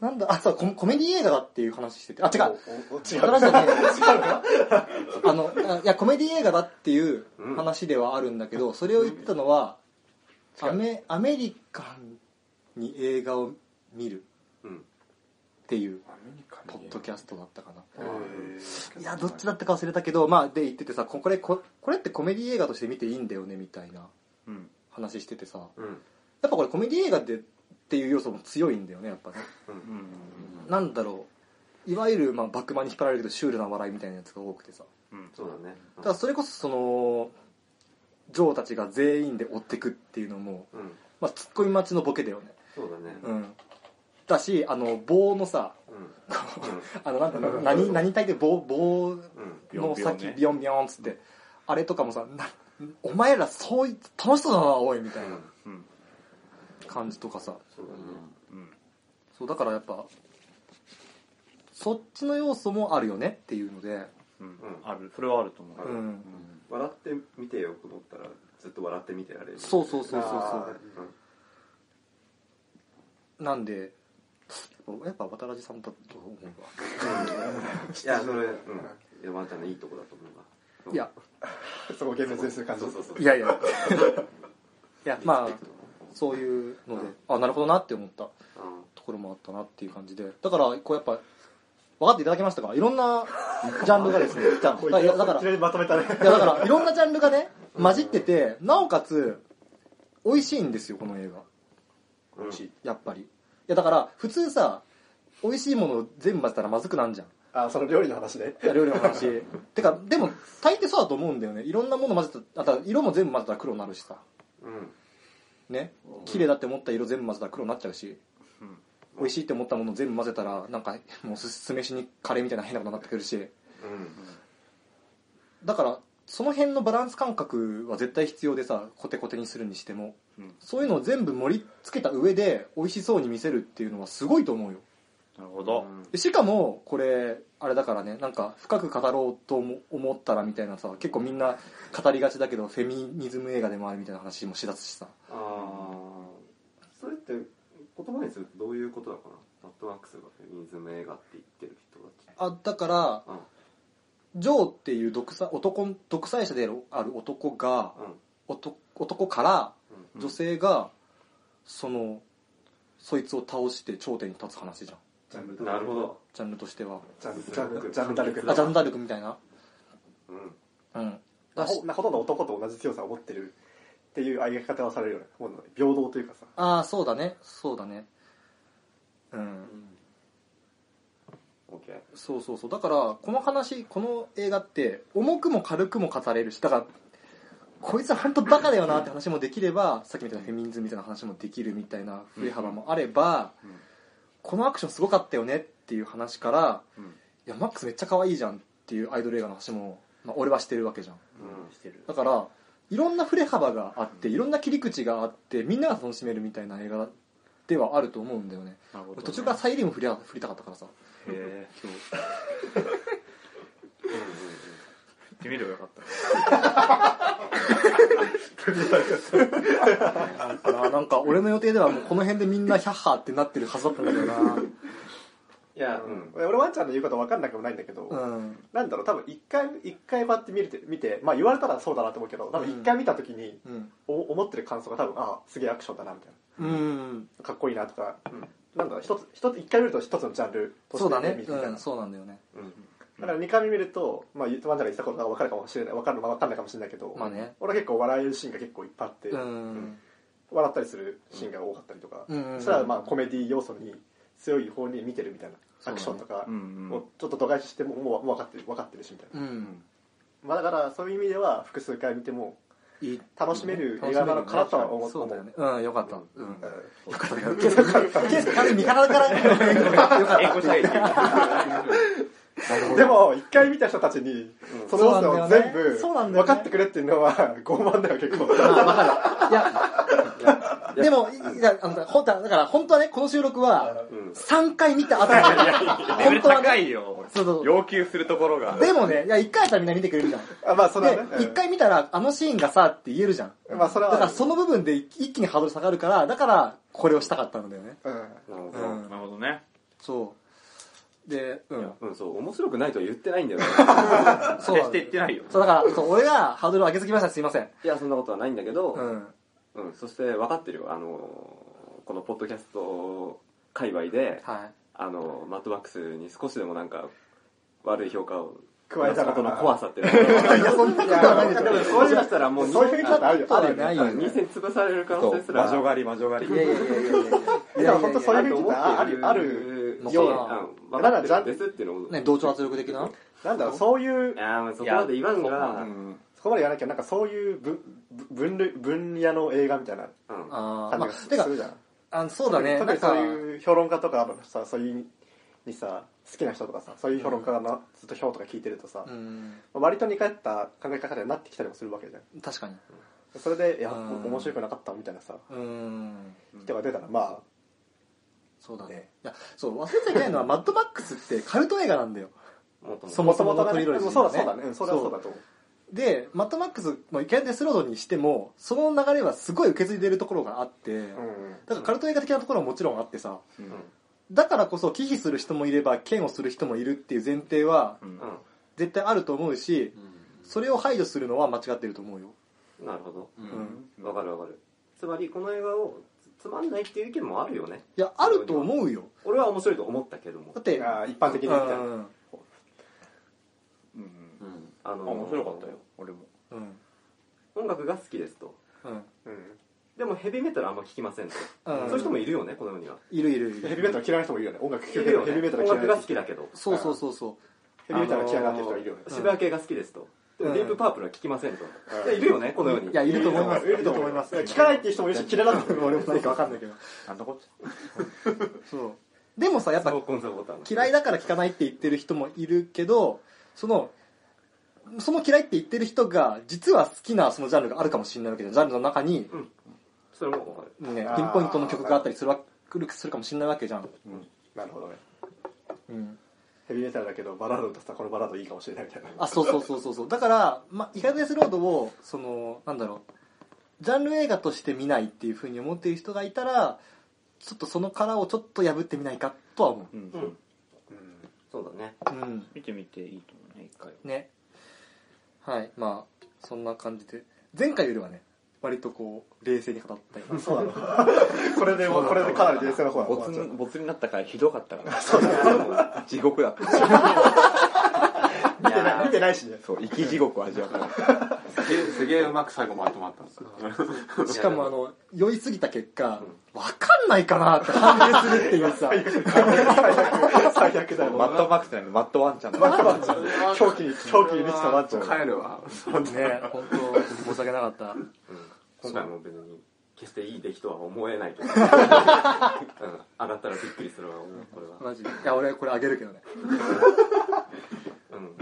Speaker 3: なんだあそうココメディ映画だっていう話しててあ違う
Speaker 5: おお違
Speaker 3: 渡らじ
Speaker 5: う
Speaker 3: さんねあのあいやコメディ映画だっていう
Speaker 6: うん
Speaker 3: 話ではあるんだけどそれを言ってたのはアメアメリカンに映画を見る
Speaker 6: うん
Speaker 3: っていう
Speaker 1: アメリカ
Speaker 3: ポッドキャストだったかな
Speaker 1: ト
Speaker 3: いやどっちだったか忘れたけどまあで言っててさここれここれってコメディ映画として見ていいんだよねみたいな
Speaker 4: うん
Speaker 3: 話しててさやっ
Speaker 6: うん
Speaker 3: ぱこれコメディ映画でっていう要素も強いんだよねやっぱねなんだろういわゆるまあバックマンに引っ張られるけどシュールな笑いみたいなやつが多くてさ
Speaker 6: そうだね
Speaker 3: だからそれこそそのジョーたちが全員で追ってくっていうのも、
Speaker 6: うん
Speaker 3: まあ、ツッコミ待ちのボケだよね
Speaker 6: そうだね
Speaker 3: うんだしあの棒のさ
Speaker 6: うん
Speaker 3: あのなんか何何体で棒棒
Speaker 6: うん
Speaker 3: の先
Speaker 4: ビ
Speaker 3: ビヨンビヨンっつってあれとかもさなお前らそうい楽しそうだなおいみたいな
Speaker 4: うん
Speaker 3: 感じとかさ
Speaker 6: そうだね
Speaker 4: うん
Speaker 3: そうだからやっぱそっちの要素もあるよねっていうので
Speaker 4: うん
Speaker 6: うん
Speaker 4: あるそれはあると思
Speaker 6: あ
Speaker 4: う
Speaker 3: う
Speaker 6: る
Speaker 3: ん
Speaker 6: 笑ってみてよと思ったらずっと笑ってみてられる
Speaker 3: そうそうそうそう
Speaker 5: あ
Speaker 3: そ
Speaker 5: ー
Speaker 3: うなんでやっぱ渡良瀬さんだと思うわ
Speaker 6: いやそれうんいやワンちゃんのいいとこだと思うわうん
Speaker 3: いや
Speaker 5: そこを厳密にする感じ
Speaker 6: そうそうそう
Speaker 3: いやいやいやまあそういうのであなるほどなって思った
Speaker 6: うん
Speaker 3: ところもあったなっていう感じでだからこうやっぱ分かっていただけましたかいろんなジャンルがですね 来たんですだからいやだから
Speaker 5: いきなりまとめたね
Speaker 3: いやだからいろんなジャンルがね混じっててなおかつ美味しいんですよこの映画
Speaker 6: うん
Speaker 3: やっぱりいやだから普通さ美味しいものを全部混ぜたらまずくなんじゃん
Speaker 5: あその料理の話ね
Speaker 3: いや料理の話 てかでも大抵そうだと思うんだよねいろんなもの混ぜたあと色も全部混ぜたら黒になるしさ
Speaker 6: うん
Speaker 3: ね綺麗だって思った色全部混ぜたら黒になっちゃうし、
Speaker 4: ん
Speaker 3: 美味しいって思ったもの全部混ぜたらなんかもうす酢飯にカレーみたいな変なことになってくるし
Speaker 6: うん
Speaker 3: だからその辺のバランス感覚は絶対必要でさコテコテにするにしても、
Speaker 4: うん
Speaker 3: そういうのを全部盛り付けた上で美味しそうに見せるっていうのはすごいと思うよ
Speaker 4: なるほど
Speaker 3: でしかもこれあれだからねなんか深く語ろうとも思ったらみたいなさ結構みんな語りがちだけどフェミニズム映画でもあるみたいな話もしだすしさ
Speaker 6: ああそれって言葉にするとどういうことだかなマットマックスがフェミニズム映画って言ってる人たち
Speaker 3: あだから
Speaker 6: うん
Speaker 3: ジョーっていう独裁男独裁者である男が
Speaker 6: うん
Speaker 3: 男男から
Speaker 6: う
Speaker 3: 女性がそのそいつを倒して頂点に立つ話じゃん
Speaker 5: ジャン
Speaker 6: んなるほど
Speaker 3: ジャンルとしては
Speaker 5: ジャンジャンジャンダルク
Speaker 3: あジャンダルクみたいな
Speaker 6: うん
Speaker 3: うん
Speaker 5: ま
Speaker 3: だ
Speaker 5: あ
Speaker 3: し
Speaker 5: ほほとんど男と同じ強さを持ってるっていうあげ方はされるよねもう平等というかさ
Speaker 3: ああそうだねそうだねうん
Speaker 6: OK
Speaker 3: そうそうそうだからこの話この映画って重くも軽くも語れるしだからこいつは本当バカだよなって話もできればさっきみたいなフェミニズムみたいな話もできるみたいな振り幅もあれば、
Speaker 1: うん
Speaker 3: このアクションすごかったよねっていう話から、
Speaker 1: うん
Speaker 3: いやマックスめっちゃ可愛いじゃんっていうアイドル映画の話も、まあ、俺はしてるわけじゃん
Speaker 5: してる
Speaker 3: だからいろんな振れ幅があっていろんな切り口があってみんなが楽しめるみたいな映画ではあると思うんだよね
Speaker 1: なるほどね
Speaker 3: 俺途中からサイリウム振りゃ振りたかったからさ
Speaker 1: へえ 行ってみればよかった
Speaker 3: あらなんか俺の予定ではもうこの辺でみんなヒャッハーってなってるはずだったんだけど
Speaker 6: いやうん
Speaker 5: 俺ワンちゃんの言うこと分かんなくもないんだけど、
Speaker 3: なうん
Speaker 5: なんだろう多分一回一回バって見れて見てまあ言われたらそうだなと思うけど多分一回見た時に、
Speaker 3: うん
Speaker 5: お思ってる感想が多分ああすげえアクションだなみたい
Speaker 3: うん
Speaker 5: なかっこいいなとか、なんだろう一つ一つ一回見ると一つのジャンルとして
Speaker 3: そうだね
Speaker 5: 見るみた
Speaker 3: う
Speaker 5: い
Speaker 3: ん
Speaker 5: な
Speaker 3: そうなんだよね
Speaker 5: だから2回目見ると、まあ、ワンちゃんが言ったことが分かるかもしれない分かる、まあ、分かんないかもしれないけど、
Speaker 3: まあね
Speaker 5: 俺は結構笑えるシーンが結構いっぱいあって、
Speaker 3: うん
Speaker 5: 笑ったりするシーンが多かったりとか、
Speaker 3: うん
Speaker 5: そしたらまあコメディ要素に強い方に見てるみたいな、
Speaker 3: そうだね
Speaker 5: アクションとか、
Speaker 1: うんう
Speaker 5: も
Speaker 1: ん
Speaker 5: うちょっと度外視してももうもう分かってる分かってるしみたいな、
Speaker 3: うん
Speaker 5: まあ、だからそういう意味では複数回見ても
Speaker 3: いい
Speaker 5: 楽しめる映画なのかなとは思って
Speaker 3: そうだよねうんよかったうんよかったよ
Speaker 5: う
Speaker 3: ケイス完全に味方からよかっ
Speaker 6: 英語したいっていう
Speaker 5: うんでも一回見た人たちにその要素を全部
Speaker 3: そうなんだよね
Speaker 5: 分かってくれっていうのは 傲慢だよ結構
Speaker 3: たまあわかるいやでもいやあのほんとはだから本当はねこの収録は
Speaker 6: うん
Speaker 3: 3回見た後に本当は
Speaker 4: 高
Speaker 3: ね
Speaker 4: いよ
Speaker 3: そうそう
Speaker 4: 要求するところが
Speaker 3: でもね、いや、一回やったらみんな見てくれるじゃん。
Speaker 5: あ まあそれはね
Speaker 3: で、一回見たら、あのシーンがさ、って言えるじゃん。
Speaker 5: うんまあそれ
Speaker 3: だ
Speaker 5: は
Speaker 3: から、その部分で一気にハードル下がるから、だから、これをしたかったんだよね。
Speaker 5: うん
Speaker 6: なるほ
Speaker 3: う
Speaker 6: ど
Speaker 3: ん
Speaker 1: な。るほどね
Speaker 3: そう。で、う
Speaker 6: い
Speaker 3: ん
Speaker 6: や。うんそう面白くないとは言ってないんだよね
Speaker 3: そう
Speaker 4: 決
Speaker 3: な
Speaker 4: し
Speaker 3: ん
Speaker 4: て
Speaker 3: だ
Speaker 4: 言ってないよ
Speaker 3: そう、だから、そう、俺がハードルを上げすぎました、すいません。
Speaker 6: いやそんなことはないんだけど
Speaker 3: うん。
Speaker 6: うん、そして分かってるよあのこのポッドキャスト界隈で
Speaker 3: はい。
Speaker 6: あのマッドマックスに少しでもなんか悪い評価を
Speaker 5: 加えた
Speaker 6: こ
Speaker 5: こと
Speaker 6: の
Speaker 5: な
Speaker 6: 怖さっていう の
Speaker 5: いやそんなことはないでし
Speaker 6: がでも
Speaker 5: ょ
Speaker 6: そうしましたらもう
Speaker 5: そういう雰囲気だってあるよ
Speaker 3: そうだ
Speaker 5: あるよね
Speaker 3: ないよね。
Speaker 6: 店潰される可能
Speaker 4: そう
Speaker 6: 性すら
Speaker 4: 魔女狩り魔女狩
Speaker 3: いやい
Speaker 4: り
Speaker 3: やいやいやいや
Speaker 5: いや本当そういう雰囲気があるある
Speaker 6: の
Speaker 3: ような
Speaker 6: 分かってるんですっていうのを
Speaker 3: ね、同調圧力的な
Speaker 5: なんだろうそういう
Speaker 6: あーそこまで言わんが
Speaker 4: うん
Speaker 5: そこまで言わなきゃなんかそういう分分類分野の映画みたいな
Speaker 6: うん
Speaker 3: ああ、ま
Speaker 5: 感
Speaker 3: あ
Speaker 5: じがす、
Speaker 3: てか
Speaker 5: る、じゃん、
Speaker 3: あのそうだね、
Speaker 5: 特
Speaker 3: なん
Speaker 5: にそ
Speaker 3: か
Speaker 5: う、いう評論家とかのさそういうにさ好きな人とかさそういう評論家のずっと評とか聞いてるとさ、
Speaker 3: うん、
Speaker 5: 割と似通った考え方になってきたりもするわけじゃん
Speaker 3: 確かに。
Speaker 5: それでいや
Speaker 3: うん
Speaker 5: 面白くなかったみたいなさ
Speaker 3: うん。
Speaker 5: 人が出たらま
Speaker 3: そうだね
Speaker 5: ね。
Speaker 3: いや、そう、忘れちゃいけないのは、マッドマックスってカルト映画なんだよ。
Speaker 6: もっとも
Speaker 3: そ
Speaker 5: あ
Speaker 3: も
Speaker 5: も
Speaker 3: そ
Speaker 5: と
Speaker 3: もの
Speaker 5: もと
Speaker 3: トリロジー
Speaker 5: そうだそうだねうんそれは
Speaker 3: そ
Speaker 5: そううだと思う
Speaker 3: で、マッドマックスの一見デスロードにしても、その流れはすごい受け継いでるところがあって、
Speaker 5: うん
Speaker 3: だからカルト映画的なところももちろんあってさ、
Speaker 1: うん
Speaker 3: だからこそ忌避する人もいれば、嫌悪する人もいるっていう前提は
Speaker 1: うん
Speaker 6: う
Speaker 3: 絶対あると思うし、
Speaker 1: う
Speaker 3: それを排除するのは間違ってると思うよ。
Speaker 6: んなるほど
Speaker 1: ん
Speaker 6: わかるわかるつまりこの映画をつつまんないっていう意見もあるよね
Speaker 3: いや、あると思うよ。
Speaker 6: 俺は面白いと思ったけども
Speaker 3: だって、
Speaker 5: あー一般的にみたいな
Speaker 3: うん
Speaker 4: うん
Speaker 1: うん
Speaker 6: あの
Speaker 4: あ面白かったよ俺も
Speaker 3: うん。
Speaker 6: 音楽が好きですと
Speaker 3: うん。
Speaker 5: うん
Speaker 6: でもヘビーメタルあんま聞きませんと
Speaker 3: うん
Speaker 6: そういう人もいるよねこの世にはい
Speaker 3: るいるい
Speaker 5: ヘビー
Speaker 3: る。
Speaker 5: メタル嫌いな人もいるよね音楽
Speaker 6: い
Speaker 5: 聴いて
Speaker 6: る
Speaker 5: る
Speaker 6: よ
Speaker 5: ヘビー
Speaker 6: ね
Speaker 5: メタル
Speaker 6: 音
Speaker 5: 嫌い
Speaker 6: 楽
Speaker 5: な
Speaker 6: が
Speaker 5: 人
Speaker 6: 好きだけど
Speaker 3: そうそうそうそう。
Speaker 5: ヘビーメタルが嫌いな人がいるよね
Speaker 3: ん
Speaker 6: 渋谷系が好きですとで
Speaker 3: う
Speaker 6: も
Speaker 3: ん
Speaker 6: ディープパープルは聞きませんと
Speaker 5: ん
Speaker 6: でいるよねこの世に
Speaker 3: いや、いると思います。
Speaker 5: いると思いますいや聞かないっていう人もいるし嫌いな人もい
Speaker 3: 俺
Speaker 5: る
Speaker 3: も何かわかんないけど。
Speaker 4: なんだこっち
Speaker 3: そう。でもさ、やっぱ
Speaker 6: そ、うコンサートボタン
Speaker 3: 嫌いだから聞かないって言ってる人もいるけどそのその嫌いって言ってる人が実は好きなそのジャンルがあるかもしれないわけじゃんジャンルの中に、
Speaker 6: それもわかる
Speaker 3: ね
Speaker 5: あ、ー
Speaker 3: ピンポイントの曲があったりするわするかもしれないわけじゃん、
Speaker 5: なるほどね
Speaker 3: うん、
Speaker 5: ヘビーメタルだけどバラード歌ってたらこのバラードいいかもしれないみたいな
Speaker 3: あそうそうそうそうそうだから、まあ、イカデスロードをそのなんだろうジャンル映画として見ないっていうふうに思っている人がいたらちょっとその殻をちょっと破ってみないかとは思
Speaker 4: うん
Speaker 6: うん
Speaker 5: うん
Speaker 6: そうだね
Speaker 3: ううん
Speaker 4: 見てみていいと思うね一回
Speaker 3: ねはいまあそんな感じで前回よりはね割とこう冷静に語ったり
Speaker 5: そうなの。これでも、これでかなり冷静な方だ
Speaker 4: ボツ
Speaker 5: 終わっちゃ
Speaker 4: にボツになったからひどかったからそう地獄だっ た
Speaker 5: う見てない、見てないしね。
Speaker 4: そう生き地獄を味わった
Speaker 6: そ
Speaker 1: げえすげえうまく最後まとまったんですよ
Speaker 3: しかもあの酔いすぎた結果、わかんないかなって判定する っていうさ
Speaker 5: 最悪だよ。
Speaker 4: マッドマックスじゃないマッドワンちゃんだ
Speaker 5: 狂気に、狂気に満ちたワンちゃん。
Speaker 1: 帰るわ
Speaker 3: ね本当申し訳なかった
Speaker 6: しかも別に決していい出来とは思えないけど、 うん、上がったらびっくりするわこれは
Speaker 3: マジでいや俺これあげるけどね
Speaker 6: うん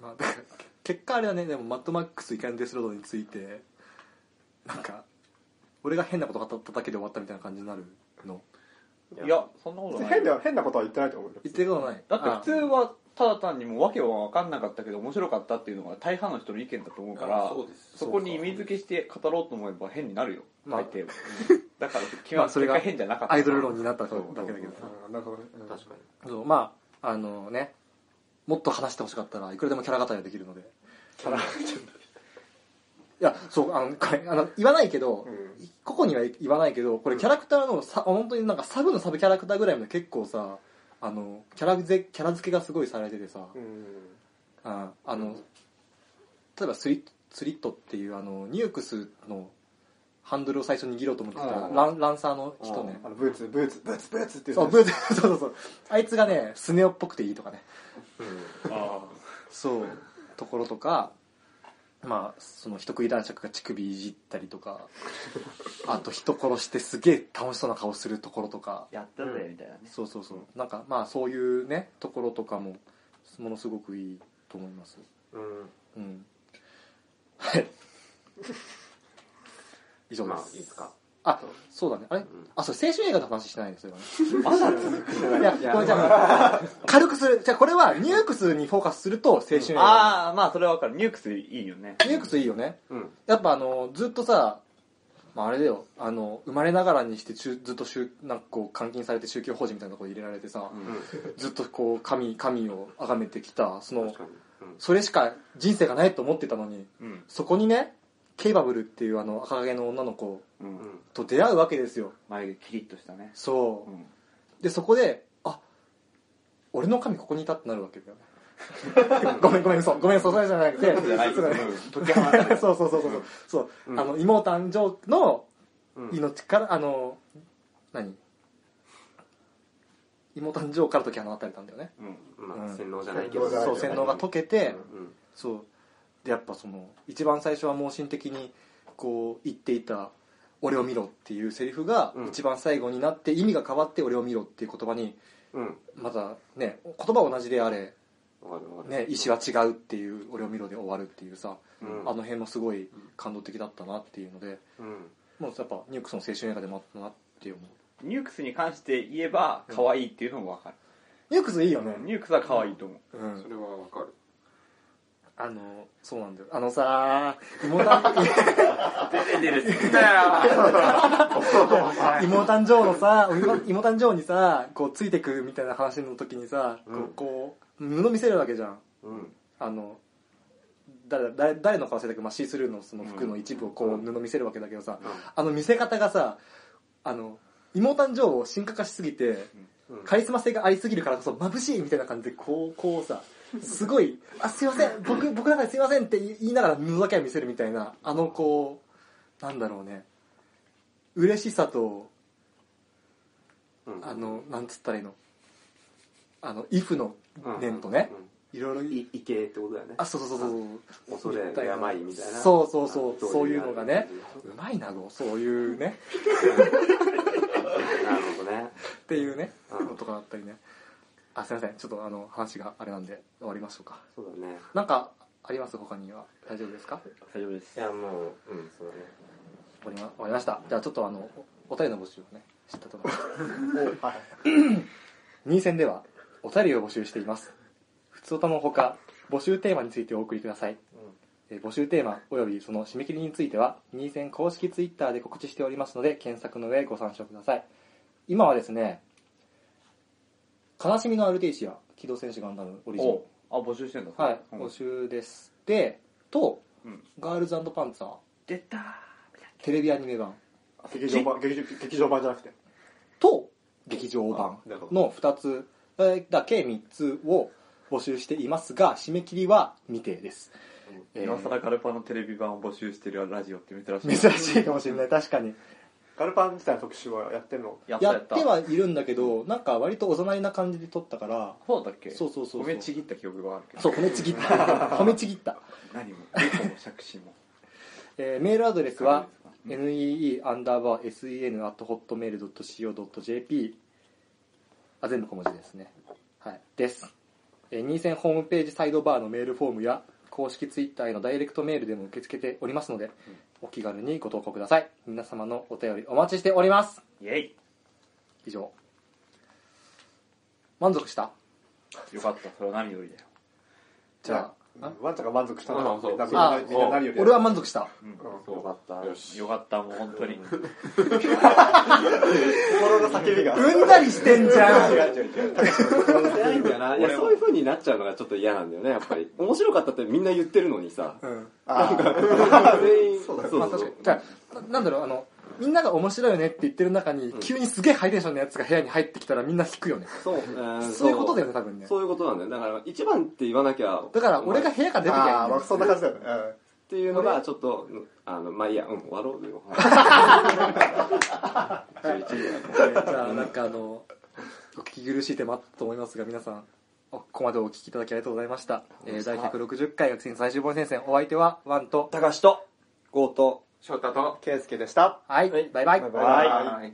Speaker 3: まあ、だから結果あれはねでもマッドマックス怒りのデスロードについてなんか俺が変なこと語っただけで終わったみたいな感じになるの
Speaker 4: いやそんなことない
Speaker 5: 変では、変なことは言ってないと思うよ。
Speaker 3: 言ってることない
Speaker 4: だって普通はただ単にもう訳は分かんなかったけど面白かったっていうのが大半の人の意見だと思うから
Speaker 1: あそうです
Speaker 4: そこに意味付けして語ろうと思えば変になるよ
Speaker 3: まあ
Speaker 4: 大抵は、だから君
Speaker 3: まあ
Speaker 4: は
Speaker 3: そ
Speaker 4: そ
Speaker 3: れ
Speaker 4: れ
Speaker 3: が
Speaker 4: が変じゃなかった
Speaker 3: アイドル論になっただけだけどさ
Speaker 5: なるほどね。うん
Speaker 6: 確か
Speaker 3: そうまああのねもっと話してほしかったらいくらでもキャラ語りはできるので
Speaker 5: キャラ
Speaker 3: いやそうあのこれあの言わないけど、
Speaker 5: う
Speaker 3: ここには言わないけどこれキャラクターのさ本当になんかサブのサブキャラクターぐらいまで結構さあのキャラぜキャラ付けがすごいされててさ、
Speaker 5: うん。
Speaker 3: ああの例えばスリッスリットっていうあのニュークスのハンドルを最初に握ろうと思ってた
Speaker 1: うん
Speaker 3: ランランサーの人ね
Speaker 5: あの、ブーツ、ブーツ、ブーツ、ブーツって言
Speaker 3: そう
Speaker 5: って
Speaker 3: ブーツ そうそうそうあいつがねスネ夫っぽくていいとかね
Speaker 6: に、
Speaker 3: そうところとかまあその人食い男爵が乳首いじったりとかあと人殺してすげえ楽しそうな顔するところとか
Speaker 4: やったぜみたいなね、
Speaker 3: そうそうそうなんかまあそういうねところとかもものすごくいいと思います
Speaker 6: うん
Speaker 3: うんはい以上で
Speaker 6: まあいいですすか
Speaker 3: あそうだねあれあそう青春映画の話してないですよね
Speaker 4: まだ続く
Speaker 3: いやこれじゃあ軽くするじゃあこれはニュークスにフォーカスすると青春映画
Speaker 4: ああまあそれは分かるニュークスいいよね
Speaker 3: ニュークスいいよね
Speaker 6: うん
Speaker 3: やっぱあのずっとさまああれだよあの生まれながらにして中ずっと宗なんかこう監禁されて宗教法人みたいなところに入れられてさ、ずっとこう神神を崇めてきたその
Speaker 6: 確かに、うん
Speaker 3: それしか人生がないと思ってたのに
Speaker 4: うん
Speaker 3: そこにねケイバブルっていうあの赤毛の女の子
Speaker 4: う
Speaker 6: うんん
Speaker 3: と出会うわけですよ
Speaker 4: 眉毛キリッとしたね
Speaker 3: そうう、
Speaker 4: ん
Speaker 3: でそこであ俺の神ここにいたってなるわけだよね ごめんごめん嘘ごめん嘘それじゃなくて
Speaker 4: じゃない
Speaker 3: そうだね
Speaker 4: 解き放たれ た
Speaker 3: そうそうそうそうそう、
Speaker 6: うん
Speaker 3: あの妹誕生の
Speaker 6: うん
Speaker 3: 命からあの何妹誕生から解き放たれたんだよね
Speaker 4: うん
Speaker 6: ま
Speaker 3: うん
Speaker 6: あ洗脳じゃないけど、
Speaker 5: 洗脳じゃない
Speaker 3: そう洗脳が解けて、
Speaker 6: うん
Speaker 3: そうでやっぱその一番最初は盲信的にこう言っていた「俺を見ろ」っていうセリフが
Speaker 6: うん
Speaker 3: 一番最後になって意味が変わって「俺を見ろ」っていう言葉に
Speaker 6: うん
Speaker 3: またね言葉は同じであれ、
Speaker 6: うんわかるわかる
Speaker 3: ね、意思は違うっていう「俺を見ろ」で終わるっていうさ、
Speaker 6: うん
Speaker 3: あの辺もすごい感動的だったなっていうので
Speaker 6: うん
Speaker 3: もうやっぱニュークスの青春映画でもあったなって思う
Speaker 4: ニュークスに関して言えば可愛いっていうのも分かる、
Speaker 3: ニュークスいいよね
Speaker 4: ニュークスは可愛いと思う
Speaker 3: うん
Speaker 1: それはわかる
Speaker 3: あの、そうなんだよ。あのさ、妹 誕生、妹誕生のさ、妹妹誕生にさ、こう、ついてくみたいな話の時にさ、こ
Speaker 6: うん
Speaker 3: う、こう布見せるわけじゃん。
Speaker 6: うん
Speaker 3: あの、誰、誰誰の顔せたく、まあ、シースルーのその服の一部をこう、布見せるわけだけどさ、あの見せ方がさ、あの、妹誕生を進化化しすぎて、
Speaker 6: うん
Speaker 3: カリスマ性がありすぎるからこそ眩しいみたいな感じでこう、こうさ、すごい、あ、すいません、僕、僕だからすいませんって言いながら布だけは見せるみたいな、あのこう、なんだろうね、嬉しさと、
Speaker 6: うん
Speaker 3: あの、なんつったらいいの、あの、イフの
Speaker 6: うん
Speaker 3: 念とね
Speaker 6: う、ん
Speaker 3: いろいろ、
Speaker 6: い畏敬ってことだよね
Speaker 3: あ、そうそうそうそう。
Speaker 6: 恐れの病みたいな
Speaker 3: そうそうそう
Speaker 6: あど
Speaker 3: そういうのがね
Speaker 6: う
Speaker 3: うまいなごそういう ね
Speaker 6: なるほどね
Speaker 3: っていうね
Speaker 6: うん
Speaker 3: ことかだったりねあすいませんちょっとあの話があれなんで終わりましょうか
Speaker 6: そうだね
Speaker 3: なんかあります他には大丈夫ですか
Speaker 4: 大丈夫です
Speaker 6: いやもううんそうだね
Speaker 3: 終わりま終わりましたじゃあちょっとあのおお便りの募集をね知ったと思います
Speaker 5: おはい。
Speaker 3: 任選ではお便りを募集しています普通歌のほか募集テーマについてお送りください、えー募集テーマおよびその締め切りについては任選公式ツイッターで告知しておりますので検索の上ご参照ください今はですね悲しみのアルテイシア機動戦士ガンダムオリジン
Speaker 4: おあ募集してんだ
Speaker 3: はい、
Speaker 4: うん
Speaker 3: 募集ですでと、
Speaker 4: うん
Speaker 3: ガールズパンツァー
Speaker 4: 出たー
Speaker 3: テレビアニメ版
Speaker 5: 劇場版、劇場劇場版じゃなくて。
Speaker 3: と劇場版
Speaker 6: あなるほど
Speaker 3: の2つえーだけ3つを募集していますが締め切りは未定です、えー
Speaker 4: 今更カルパのテレビ版を募集してるラジオって珍しい
Speaker 3: 珍しいかもしれない確かに
Speaker 5: ガルパン自体の特集はやってんの
Speaker 4: やった
Speaker 3: や
Speaker 4: や
Speaker 3: っ
Speaker 4: った
Speaker 3: てはいるんだけどなんか割とおざなりな感じで撮ったから
Speaker 4: そうだっけ
Speaker 3: そうそうそうそう
Speaker 4: 米ちぎった記憶があるけど
Speaker 3: そう褒めち ぎった褒めちぎった、
Speaker 4: 何も猫も杓子も
Speaker 3: えーメールアドレスは nee アンダーバー sen アットホットメール .co.jp あ全部小文字ですねはいです、えー、2000ホームページサイドバーのメールフォームや公式ツイッターへのダイレクトメールでも受け付けておりますので、お気軽にご投稿ください皆様のお便りお待ちしております
Speaker 4: イェイ
Speaker 3: 以上満足した
Speaker 4: よかったそれは何よりだよ
Speaker 3: じゃあ
Speaker 5: ワンちゃんが満足したの
Speaker 1: あそう
Speaker 5: みんなみん
Speaker 3: あ
Speaker 5: なみんな何より
Speaker 3: 俺は満足した
Speaker 1: そう
Speaker 6: よかった
Speaker 1: よし
Speaker 4: よかったもう本 当に
Speaker 5: 心の叫びが
Speaker 3: うんざりしてんじゃん
Speaker 6: いんだよないやそういう風になっちゃうのがちょっと嫌なんだよねやっ ぱり面白かったってみんな言ってるのにさなんか全員そうそう
Speaker 3: まあ確かにじゃあななんだろうあのみんなが面白いよねって言ってる中に、急にすげえハイテンションのやつが部屋に入ってきたらみんな引くよね
Speaker 6: そううん
Speaker 3: そういうことだよね多分ね
Speaker 6: そういうことなんだよだから一番って言わなきゃ
Speaker 3: だから俺が部屋から出てき
Speaker 5: あ
Speaker 3: ゃ
Speaker 5: あ
Speaker 3: いい
Speaker 5: まあ
Speaker 3: の
Speaker 5: そんな感じだよねうん
Speaker 6: っていうのがちょっとあのまあいいやうん終わろうよ 11時だ
Speaker 3: じゃあなんかあのお聞き苦しい点もあったと思いますが皆さんおここまでお聞きいただきありがとうございました、えー、第160回学生最終防衛戦線お相手はワンと
Speaker 6: 高橋と強盗
Speaker 1: 翔太と
Speaker 5: 圭介でした
Speaker 3: はい、バイバイ
Speaker 5: バイバイ
Speaker 1: い